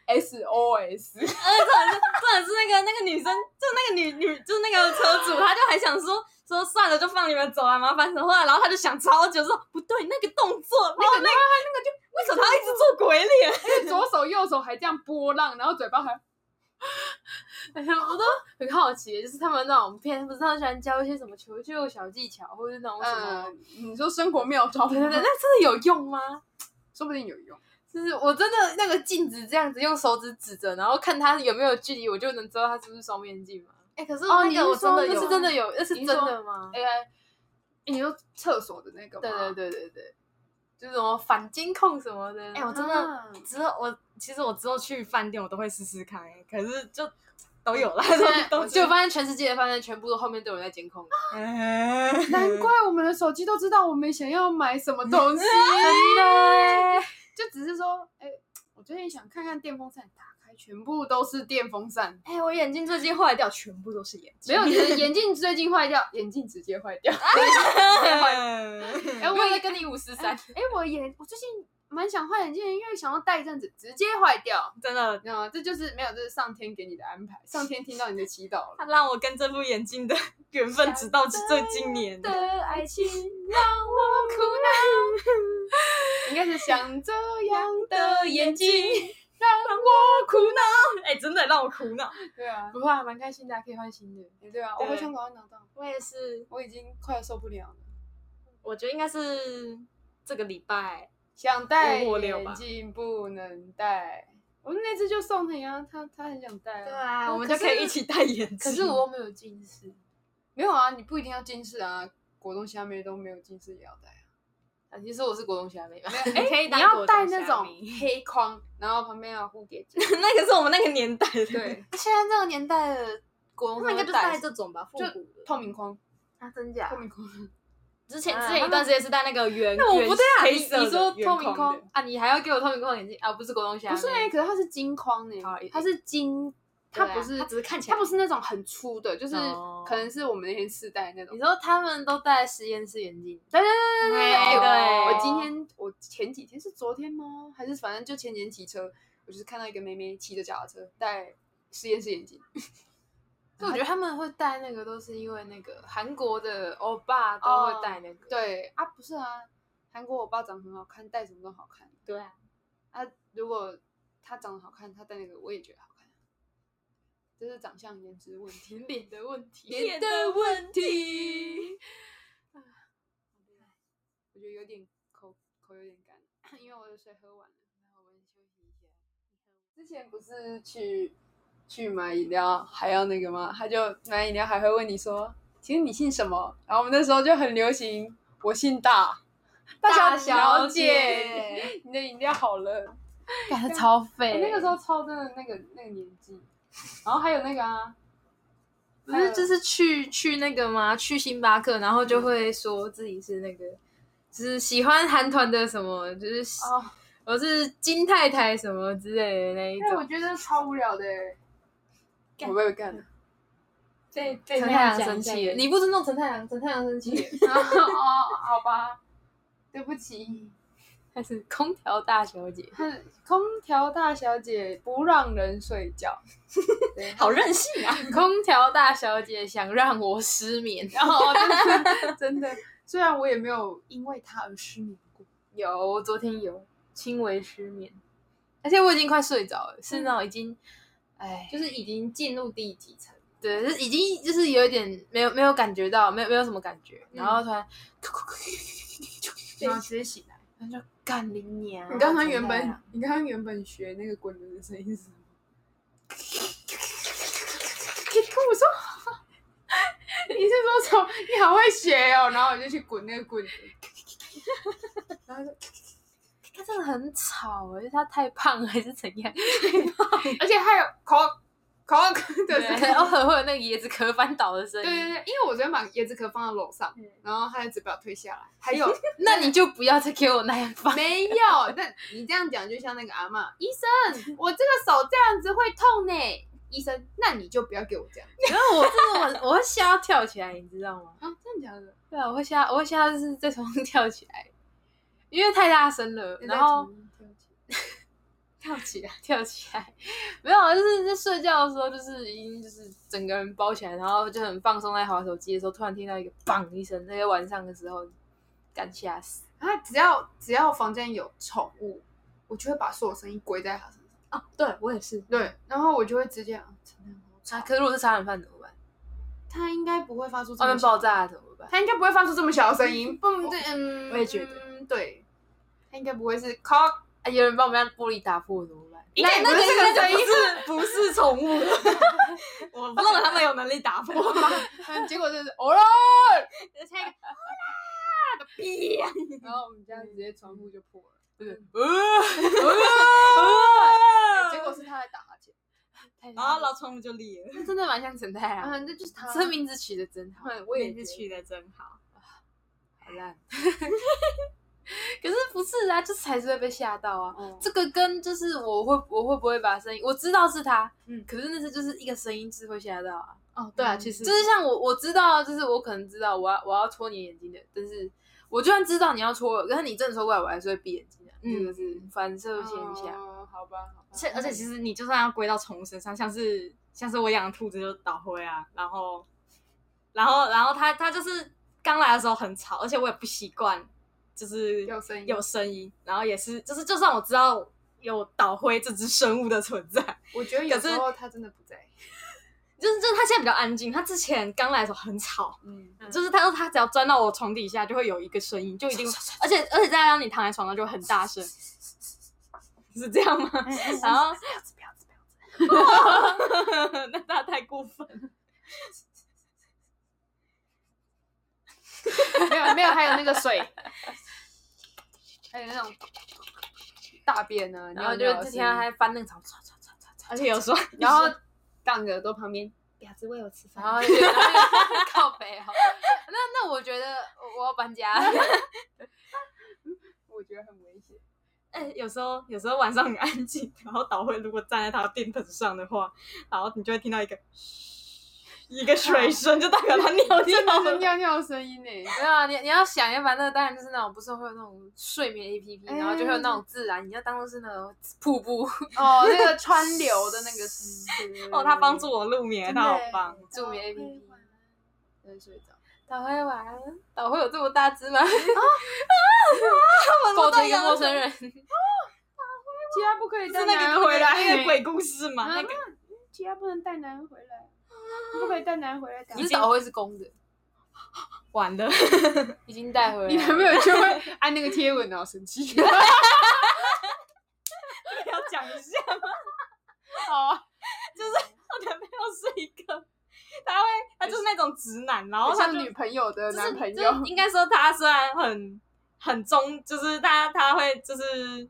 SOS，或者是那个那个女生，就那个女女，就是那个车主，他就还想说说算了，就放你们走啊，麻烦什么啊。然后他就想超久，说不对，那个动作，那个那个那个就为什么他一直做鬼脸？ [laughs] 左手右手还这样波浪，然后嘴巴还哎呀， [laughs] 我都很好奇，就是他们那种片，不是他们喜欢教一些什么求救小技巧，或者是那种什么，呃，你说生活妙招，嗯对对对，那真的有用吗？说不定有用。就是我真的那个镜子这样子用手指指着，然后看他有没有距离，我就能知道他是不是双面镜嘛。哎、可是那哦你个我是真说的那有，那是真的有，那是你真说的吗？哎、欸，你说厕所的那个吗？对对对对对，就是什么反监控什么的。哎 [laughs] 我真的啊之后我其实我之后去饭店我都会试试看、哎，可是就都有啦，现在都都就发现全世界发现全部都后面都有人在监控，难怪我们的手机都知道我们想要买什么东西， [laughs] 哎就只是说，哎、我最近想看看电风扇，打开全部都是电风扇，哎、我眼睛最近坏掉，全部都是眼睛。没有你的眼镜最近坏掉， [laughs] 眼镜直接坏掉。哎 [laughs] 哎、我也跟你五十三，哎、我眼我最近蛮想换眼镜的，因为想要戴一阵子，直接坏掉。真的，那这就是没有，这是上天给你的安排，上天听到你的祈祷了。他让我跟这副眼镜的缘分直到这今年。的爱情让我苦恼，应 [laughs] 该是像这样的眼睛。苦恼，哎、真的让我苦恼。对啊，不怕，蛮开心的啊，可以换新的。也对啊，我对好想赶快拿到，我也是，我已经快要受不了了。我觉得应该是这个礼拜，想戴五或六吧眼镜不能戴，我们那次就送你啊，他他很想戴、啊。啊我们就哦可以一。起戴眼镜。可是我又没有近视，没有啊，你不一定要近视啊，国中虾妹都没有近视也要戴。啊其实我是国中虾妹吧， [laughs] 哎、可以你当要果戴冻那虾种米黑框，然后旁边要有蝴蝶 [laughs] 结。那个是我们那个年代的， [laughs] 对，现在这个年代的国中他们应该就都戴戴这种吧，复就古的。透明框，啊，真假透？明框。之前啊之前一段时间是戴嗯那个圆，那我不对啊，圆你黑色的你说透明圆框的框啊，你还要给我透明框的眼镜啊？不是国中虾妹，不是哎、可是它是金框呢、欸好一它是金，哦对啊它不是它只是看起来它不是那种很粗的，就是哦可能是我们那天试戴那种你。说他们都戴实验室眼镜，对对对对哎对对我今天我前几天是昨天吗？还是反正就前几天骑车，我就是看到一个妹妹骑着脚踏车戴实验室眼镜。我觉得他们会戴那个，都是因为那个韩国的欧巴都会戴那个。对啊，不是啊，韩国欧巴长得很好看，戴什么都好看。对啊，啊，如果他长得好看，他戴那个我也觉得好看，这是长相颜值问题。 [laughs] 脸的问题，脸的问题。我觉得有点口口有点干，因为我的水喝完了，然后我也休息一下。之前不是去去买饮料还要那个吗？他就买饮料还会问你说，请问你姓什么？然后我们那时候就很流行，我姓大，大小小姐， [laughs] 你的饮料好了。感觉超废我那个时候超真的那个那个年纪，然后还有那个啊，不是就是去去那个吗？去星巴克，然后就会说自己是那个，就是喜欢韩团的什么，就是喜、哦，我是金太太什么之类的那一因为我种。觉得超无聊的欸，我被干了。被被陈那太样阳讲生气了，你你不尊重陈太阳，陈太阳 [laughs] 生气了，哦，好吧，对不起，她是空调大小姐。哼空调大小姐不让人睡觉，对好任性啊！空调大小姐想让我失眠，然后真的真的，虽然我也没有因为她而失眠过，有昨天有轻微失眠，而且我已经快睡着了，是那种已经，哎、就是已经进入第几层？对，就是已经就是有一点没有没有感觉到，没有没有什么感觉，然后突然，然后直接醒来。然后就干你娘！你刚刚真原的本啊，你刚刚原本学那个滚轮的声音是什么？ [laughs] 你跟我说，你是说什么？你好会学哦，然后我就去滚那个滚轮，然后就他真的很吵，就是他太胖还是怎样？而且还有口口的声对，啊音。偶尔会有那个椰子壳翻倒的声对音。对对，因为我昨天把椰子壳放到楼上，嗯然后他的纸把我推下 [laughs] 来，还有。那你就不要再给我那样放没有？那你这样讲就像那个阿嬷，医 [laughs] 生，我这个手这样子会痛呢。医生，那你就不要给我这样然后我真的我我会吓到跳起来，你知道吗？啊！真的假的？对啊，我会吓，我会吓到就是在床上跳起来，因为太大声了，然后跳起来，跳起来，没有，啊就是在睡觉的时候，就是已经就是整个人包起来，然后就很放松在滑手机的时候，突然听到一个“砰”一声，那些晚上的时候，干吓死。 [laughs] 啊！只要只要房间有宠物，我就会把所有声音归在它身上。哦， [laughs] 对我也是，对，然后我就会直接啊，陈亮好吵啊，可是如果是杀人犯怎么办？它应该不会发出这外么面小，爆炸了怎么办？它应该不会发出这么小的 [laughs] 声音。不，对，嗯，我也觉得嗯，对，它应该不会是 cock。啊，有人把我们家玻璃打破怎么办？应该那不是那个声音，不是不是宠物， [laughs] 我不认为他们有能力 [laughs] 打破。嗯 [laughs] 结果就是哦啦， [laughs] 然后我们家直接窗户就破了。对， [laughs] 结果是他在打哈欠。哦然后老宠物就裂了，那真的蛮像陈太啊，啊，那就是啊他。这名字取得真好，嗯，我也名字去。取得真好。好烂。可是不是啊，就是还是会被吓到啊。哦这个跟就是我会我会不会把声音，我知道是他，嗯可是那是就是一个声音是会吓到啊。哦，对啊，其实就是像我我知道，就是我可能知道我要我要戳你眼睛的，但是我就算知道你要戳我，可是你真的戳过来，我还是会闭眼睛的、嗯这个是反射现象。哦好吧，好吧而且而且，其实你就算要归到宠物身上，像是像是我养的兔子就倒灰啊，然后然后然后它它就是刚来的时候很吵，而且我也不习惯，就是有声音有声音，然后也是就是就算我知道有倒灰这只生物的存在，我觉得有时候他真的不在。就是就是它现在比较安静，它之前刚来的时候很吵，嗯， [laughs] 就是它说它只要钻到我床底下就会有一个声音，就一定，而且而且再让你躺在床上就很大声，是这样吗？哎然后不要不要， [laughs] 那那太过分了。没有没有，还有那个水， [laughs] 还有那种大便呢，然后就尿尿之的声前音还翻那个草，唰唰唰唰唰，而且有时候， [laughs] 然后杠着耳朵旁边，婊子喂我吃然。后就然后就靠北哦。那那我觉得我我要搬家，我觉得很危险。哎、有时候有时候晚上很安静，然后导会如果站在他的便盆上的话，然后你就会听到一个嘘一个水声，就代表他尿真的尿是了。 [laughs] 尿尿的声音欸呢，没有啊，你你要想，要不然那个当然就是那种不是会有那种睡眠 A P P，然后就会有那种自然，你要当做是那种瀑 [laughs] 布 [laughs] 哦，那个 [laughs] 川流的那个声音，对哦，他帮助我入眠，真他的好耶棒。助哦眠 A P P。对，睡着。岛会玩，岛会有这么大只 [laughs] 吗？抱着一个陌生人，其他不可以是带那男个人回来， [laughs] 那个鬼故事嘛？那啊个啊其他不能带男人回来，不可以带男人回来打可。是岛会是公的，完了，已经带回来了。你男朋友就会按那个贴文，然后生 [laughs] 气。[laughs] 要讲一下吗？好啊，就是我男朋友是一个，他会他就是那种直男，然后他像就女朋友的就是男朋就友是，应该说他虽然很很忠，就是他他会就是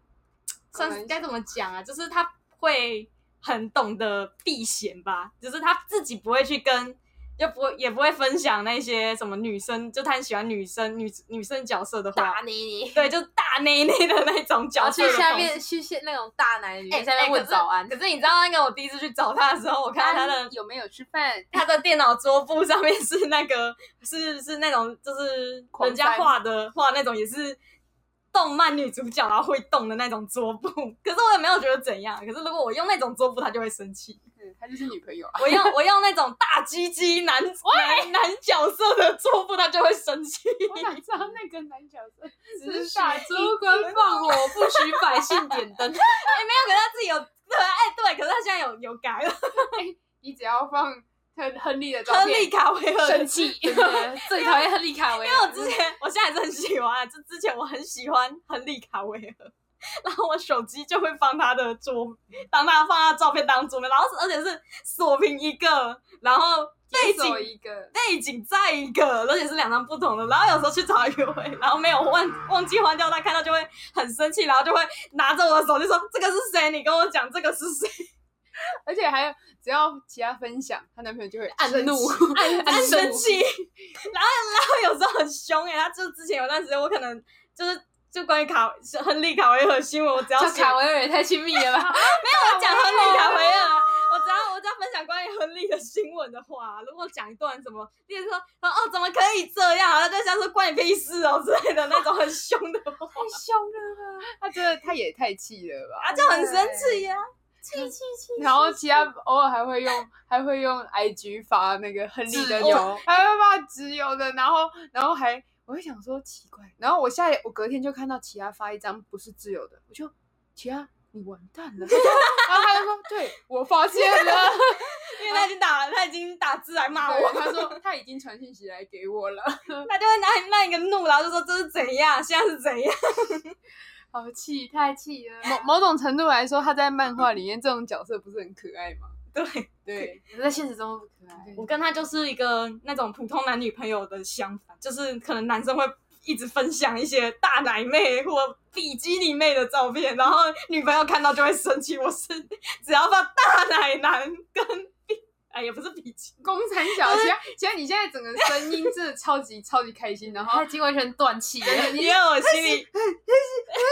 算是该怎么讲啊？就是他会很懂得避嫌吧，就是他自己不会去跟，就不会也不会分享那些什么女生，就他很喜欢女生女女生角色的话大，妮妮，对，就是大内内的那种然角后去色的下东西面去下那种大奶女哎下面哎问可是早安可。是你知道那个我第一次去找他的时候，我看到他的有没有吃饭？他的电脑桌布上面是那个是是那种就是狂人家翻画的画那种也是动漫女主角然后会动的那种桌布，可是我也没有觉得怎样。可是如果我用那种桌布，他就会生气。嗯，她就是女朋友啊。我用我用那种大鸡鸡男男男角色的桌布，他就会生气。 [laughs] 我想知道那个男角色只 [laughs] 是许大州官放火，不许百姓点灯。 [laughs] 没有，可是他自己有对哎对，可是他现在有有改了。你只要放亨亨利的照亨利片，卡维尔生气。对啊 [laughs] 最讨厌亨利卡维尔，因为我之前，我现在还是很喜欢啊，就之前我很喜欢亨利卡维尔，然后我手机就会放他的桌，当他放他的照片当桌面，然后是而且是锁屏一个，然后背景做一个，背景再一个，而且是两张不同的，然后有时候去找他约会，然后没有忘忘记换掉他，看到就会很生气，然后就会拿着我的手机说这个是谁？你跟我讲这个是谁？而且还有只要其他分享，她男朋友就会按怒生气， [laughs] 按很生怒气，然后然后有时候很凶哎、他就之前有段时间我可能就是就关于卡亨利卡维尔的新闻，我只要叫写卡维尔 [laughs] 也太亲密了吧？我讲亨利卡维尔，哦我只要我只要分享关于亨利的新闻的话，如果讲一段什么，例如说说哦怎么可以这样，然后就想说关你屁事哦之类的那种很凶的话，凶了吧？她真的她也太气了吧。啊就很生气呀、 [laughs] 然后其他偶尔还会用， [laughs] 还会用 IG 发那个亨利的自由图还会发直邮的，然后然后还我会想说奇怪，然后我下一我隔天就看到其他发一张不是自由的，我就其他你完蛋了， [laughs] 他就然后他就说对我发现了，因为他已经打他已经打字来骂 [laughs] 对我，他说他已经传信息来给我了，他就会拿那一个怒，然后就说这是怎样，现在是怎样，好气太气了。 [laughs] 某某种程度来说，他在漫画里面这种角色不是很可爱吗？对。对，在现实中不可爱。我跟他就是一个那种普通男女朋友的相反，就是可能男生会一直分享一些大奶妹或比基尼妹的照片，然后女朋友看到就会生气。我是只要放大奶男跟比，哎，也不是比基，公产小，其他其他你现在整个声音真的超级超级开心，然后他已经完全断气了，你因为我心里 [laughs]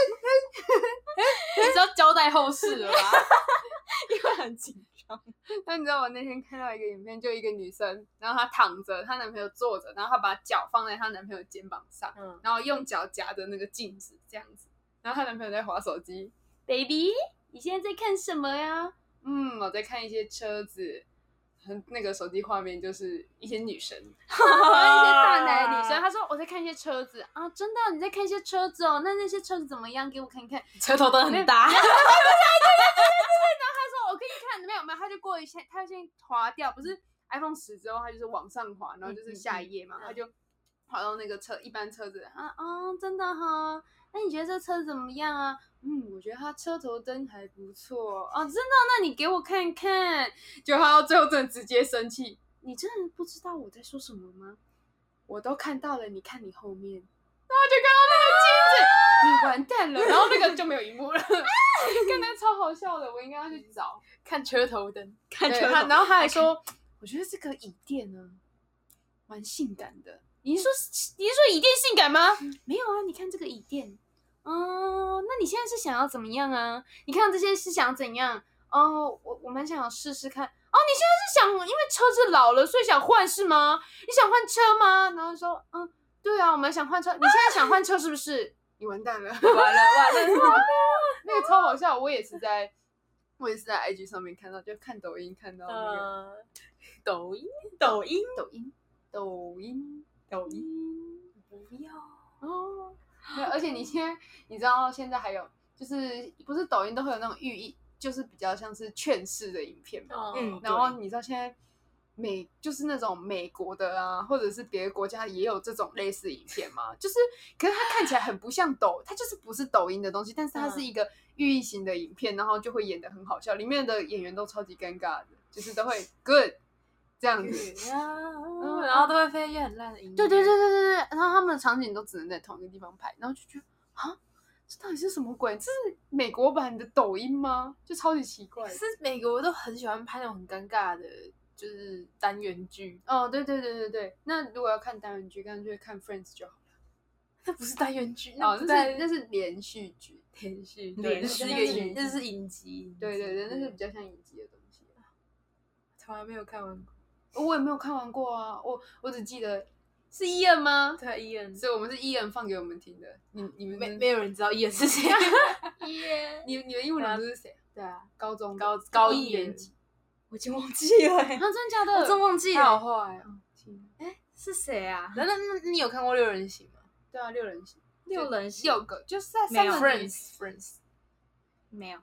你知道交代后事了吧？因为很紧张，那你知道我那天看到一个影片，就一个女生，然后她躺着，她男朋友坐着，然后她把脚放在她男朋友肩膀上，嗯然后用脚夹着那个镜子这样子，然后她男朋友在划手机， ，baby，你现在在看什么呀？嗯，我在看一些车子，很那个手机画面就是一些女生，啊啊一些大奶的女生，她说我在看一些车子啊，真的你在看一些车子哦？那那些车子怎么样？给我看看。车头灯很大，她说我给你看，没有没有，她就过一下，她先划掉，不是 iPhone 十之后，她就是往上滑，然后就是下一页嘛，她就滑到那个车一般车子，啊啊，真的哈。那你觉得这车怎么样啊？嗯，我觉得它车头灯还不错，哦，真的，那你给我看看。就他到最后真的直接生气，你真的不知道我在说什么吗？我都看到了，你看你后面，然后就看到那个镜子，你啊完蛋了，然后那个就没有荧幕 [laughs] 了，看那个超好笑的，我应该要去找。 [laughs] 看车头灯， [laughs] 看对车他头然后他还说，我觉得这个椅垫呢，蛮性感的。你是说你是说椅垫性感吗？没有啊，你看这个椅垫，哦，那你现在是想要怎么样啊？你看这些是想怎样？哦，我我蛮想试试看。哦，你现在是想因为车子老了，所以想换是吗？你想换车吗？然后说，嗯，对啊，我蛮想换车。你现在想换车是不是？ [laughs] 你完蛋了，完了，完了，那个超好笑，我也是在，我也是在 IG 上面看到，就看抖音看到那个呃，抖音抖音抖音，抖音。抖音，不要哦，对，而且你现在你知道现在还有就是不是抖音都会有那种寓意，就是比较像是劝世的影片嘛。嗯然后你知道现在美就是那种美国的啊，或者是别的国家也有这种类似影片嘛？就是，可是它看起来很不像抖，它就是不是抖音的东西，但是它是一个寓意型的影片，然后就会演的很好笑，里面的演员都超级尴尬的，就是都会 good 这样子。嗯，然后都会飞一些很烂的音乐。对对对对对对，然后他们的场景都只能在同一个地方拍，然后就觉得啊，这到底是什么鬼？这是美国版的抖音吗？就超级奇怪可。是美国都很喜欢拍那种很尴尬的，就是单元剧。哦，对对对对对，那如果要看单元剧，干脆看 Friends 就好了。那不是单元剧，哦，不那在是那是连续剧。连续连那续是一个剧影，那是影集。对对对，那是比较像影集的东西。从来没有看完过。哦我也没有看完过啊，我我只记得是伊恩吗？对，伊恩，所以我们是伊恩放给我们听的。你你们没没有人知道伊恩是谁。耶，你你的英文老师是谁？对啊，高中高高一一年年级级。我已经忘记了欸，啊，真的假的？ [laughs] 我真忘记 [laughs] 他好了坏啊！天啊是谁 [laughs] 啊？那那那你有看过《六人行》吗对啊，六人行，六人行六个就是在没三有个女？Friends Friends，没有，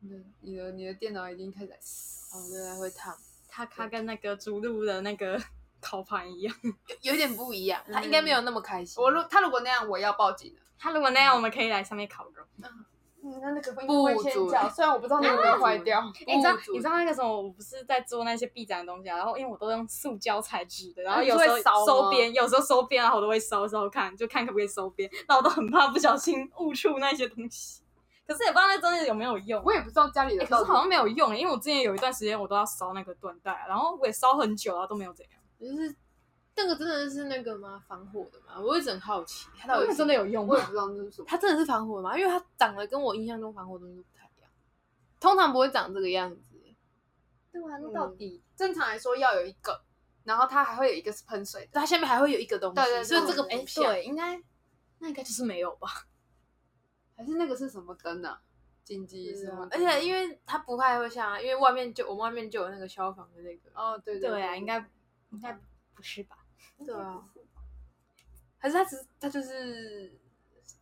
你的你的你的电脑已经开始在嘶哦，对啊，会烫，他他跟那个煮露的那个 [laughs] 烤盘一样。 [laughs] 有有点不一样。他应该没有那么开心。嗯我如他如果那样，我要报警了。他如果那样，我们可以来上面烤肉。嗯，那那个不会先讲虽然我不知道那个有没有坏啊掉欸你知道哦煮你知道那个时候我不是在做那些臂展的东西啊，然后因为我都用塑胶材质的，然后啊有你是时会候烧吗收边，有时候收边，然后我都会收收看，就看可不可以收边，那我都很怕不小心误触那些东西。可是也不知道那真的有没有用，我也不知道家里的欸可是好像没有用，因为我之前有一段时间我都要烧那个缎带，啊然后我也烧很久，然后啊都没有怎样。就是那个真的是那个吗？防火的吗？我一直很好奇，他到那底嗯个是真的有用我也吗？不知道那是什么。它真的是防火吗？因为它长得跟我印象中防火的东西都不太一样，通常不会长这个样子。嗯对啊，那到底正常来说要有一个，然后它还会有一个是喷水的。它下面还会有一个东西，对对对所以这个哎不像。哦对，应该那应该就是没有吧？还是那个是什么灯啊呢？紧急什么而灯？且因为它不太会像啊，因为外面就我们外面就有那个消防的那个，哦，对对啊，对，应该应该不是吧？对啊，还是它只是它就是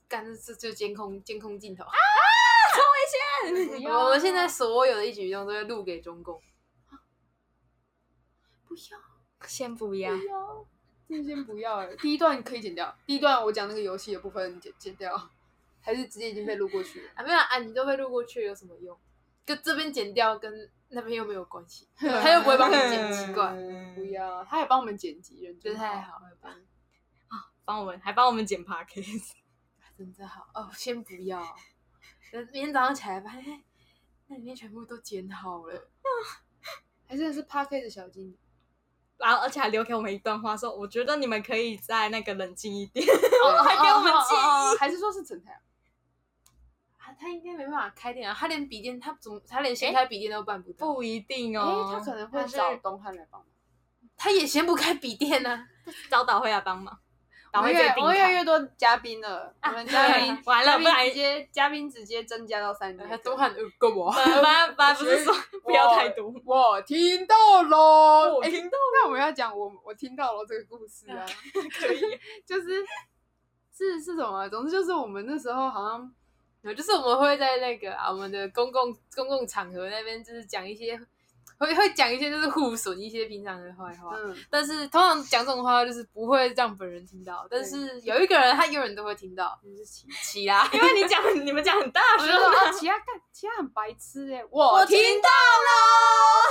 干这这就监控监控镜头啊！我们现在所有的一举一动都会录给中共，不要先不 [laughs] 要，不要，真的先啊不要哎。第一段可以剪掉，第一段我讲那个游戏的部分剪剪掉，还是直接已经被录过去了。啊没有啊啊，你都被录过去有什么用？跟这边剪掉跟那边又没有关系，啊他又不会帮你剪，奇怪，不要，他还帮我们剪辑，人真真的太好了吧？帮我们还帮我们剪 p a c k a s 真的好哦，先不要。等明天早上起来发现，哎那里面全部都剪好了。还是是 p a r k 的小精灵。 [laughs] 然后而且还留给我们一段话，说我觉得你们可以再那个冷静一点，哦还给我们建议，还是说是陈太啊？啊，他应该没办法开店啊，他连笔电，他怎么，他连先开笔电都办不到，不一定哎、哦，他可能他会是找东汉来帮忙。他也先不开笔电呢、啊。找导会来帮忙，导我会们最越定我们越来卡越多嘉宾了，我们嘉宾对完了嘉不宾然直接嘉宾直接增加到三个。他东汉呃够我，本来本来不是说不要太多，我听到喽，我哎听到那我们要讲我我听到了这个故事啊， [laughs] 可以，就是是是什么啊？总之就是我们那时候好像然后就是我们会在那个啊，我们的公共公共场合那边，就是讲一些，会会讲一些就是互损一些平常的坏话。 [laughs] 嗯，但是通常讲这种话就是不会让本人听到，但是有一个人他永远都会听到，就是齐齐啦。因为你讲你们讲很大我声就说啊，其他干其他很白痴哎、 [laughs] 我听到了，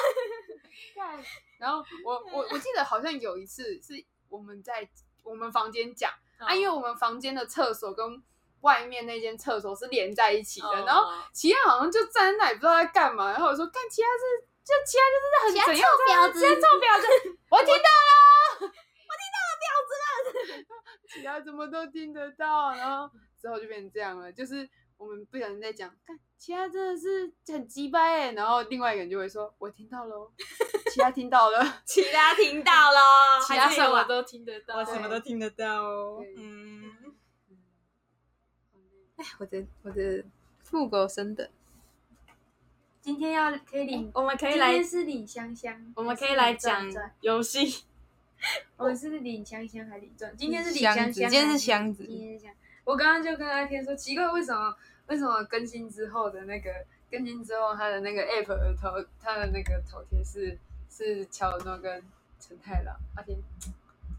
干。然后 [laughs] 我我我记得好像有一次是我们在我们房间讲。啊，因为我们房间的厕所跟外面那间厕所是连在一起的，嗯然后哦齐亚好像就站在那里不知道在干嘛，然后我说干齐亚是就齐亚就是很怎样婊子在臭婊子，我听到了，我听到了婊子了，齐亚怎么都听得到，然后之后就变成这样了，就是我们不小心在讲，干齐亚真的是很鸡掰欸，然后另外一个人就会说，我听到喽，齐亚听到了，其他听到了，其 [laughs] 他还是什有么啊都听得到，我什么都听得到哦对，嗯，哎我的我的副狗生的。今天要可以领，我们可以 [laughs] 来，是领香香，我们可以来讲游戏。我们哦是领香香还是领钻？今天是领箱香子香，今天是箱子今天是箱。我刚刚就跟阿天说，奇怪，为什么为什么更新之后的那个更新之后，他的那个 app 的头，他的那个头贴是是乔诺跟陈太郎。阿天，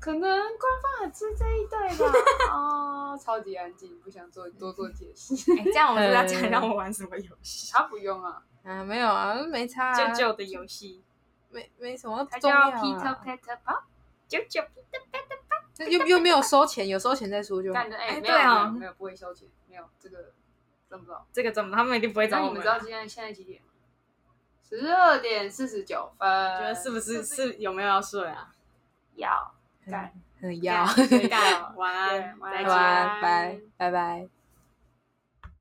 可能官方还吃这一对吧。哦，超级安静，不想做多做解释。 [laughs] 哎这样我们知道 [laughs] 讲让我玩什么游 [laughs] 戏，他不用啊，啊，没有啊，没差、旧啊，旧的游戏，没没什么他重叫要、 Peter 啊， Peter Pop，九九又又没有收钱，有收钱再说就好干。的哎，哎没有对哦没有没有不会收钱，有这个，知不知道？这个怎么他们一定不会那找你我们们知道啊？今天现在几点吗？十二点四十九分。觉得是不是是有没有要睡 [laughs] 啊？要很 [laughs] [laughs] 睡觉，晚安， [laughs] 晚再安见。拜拜拜拜。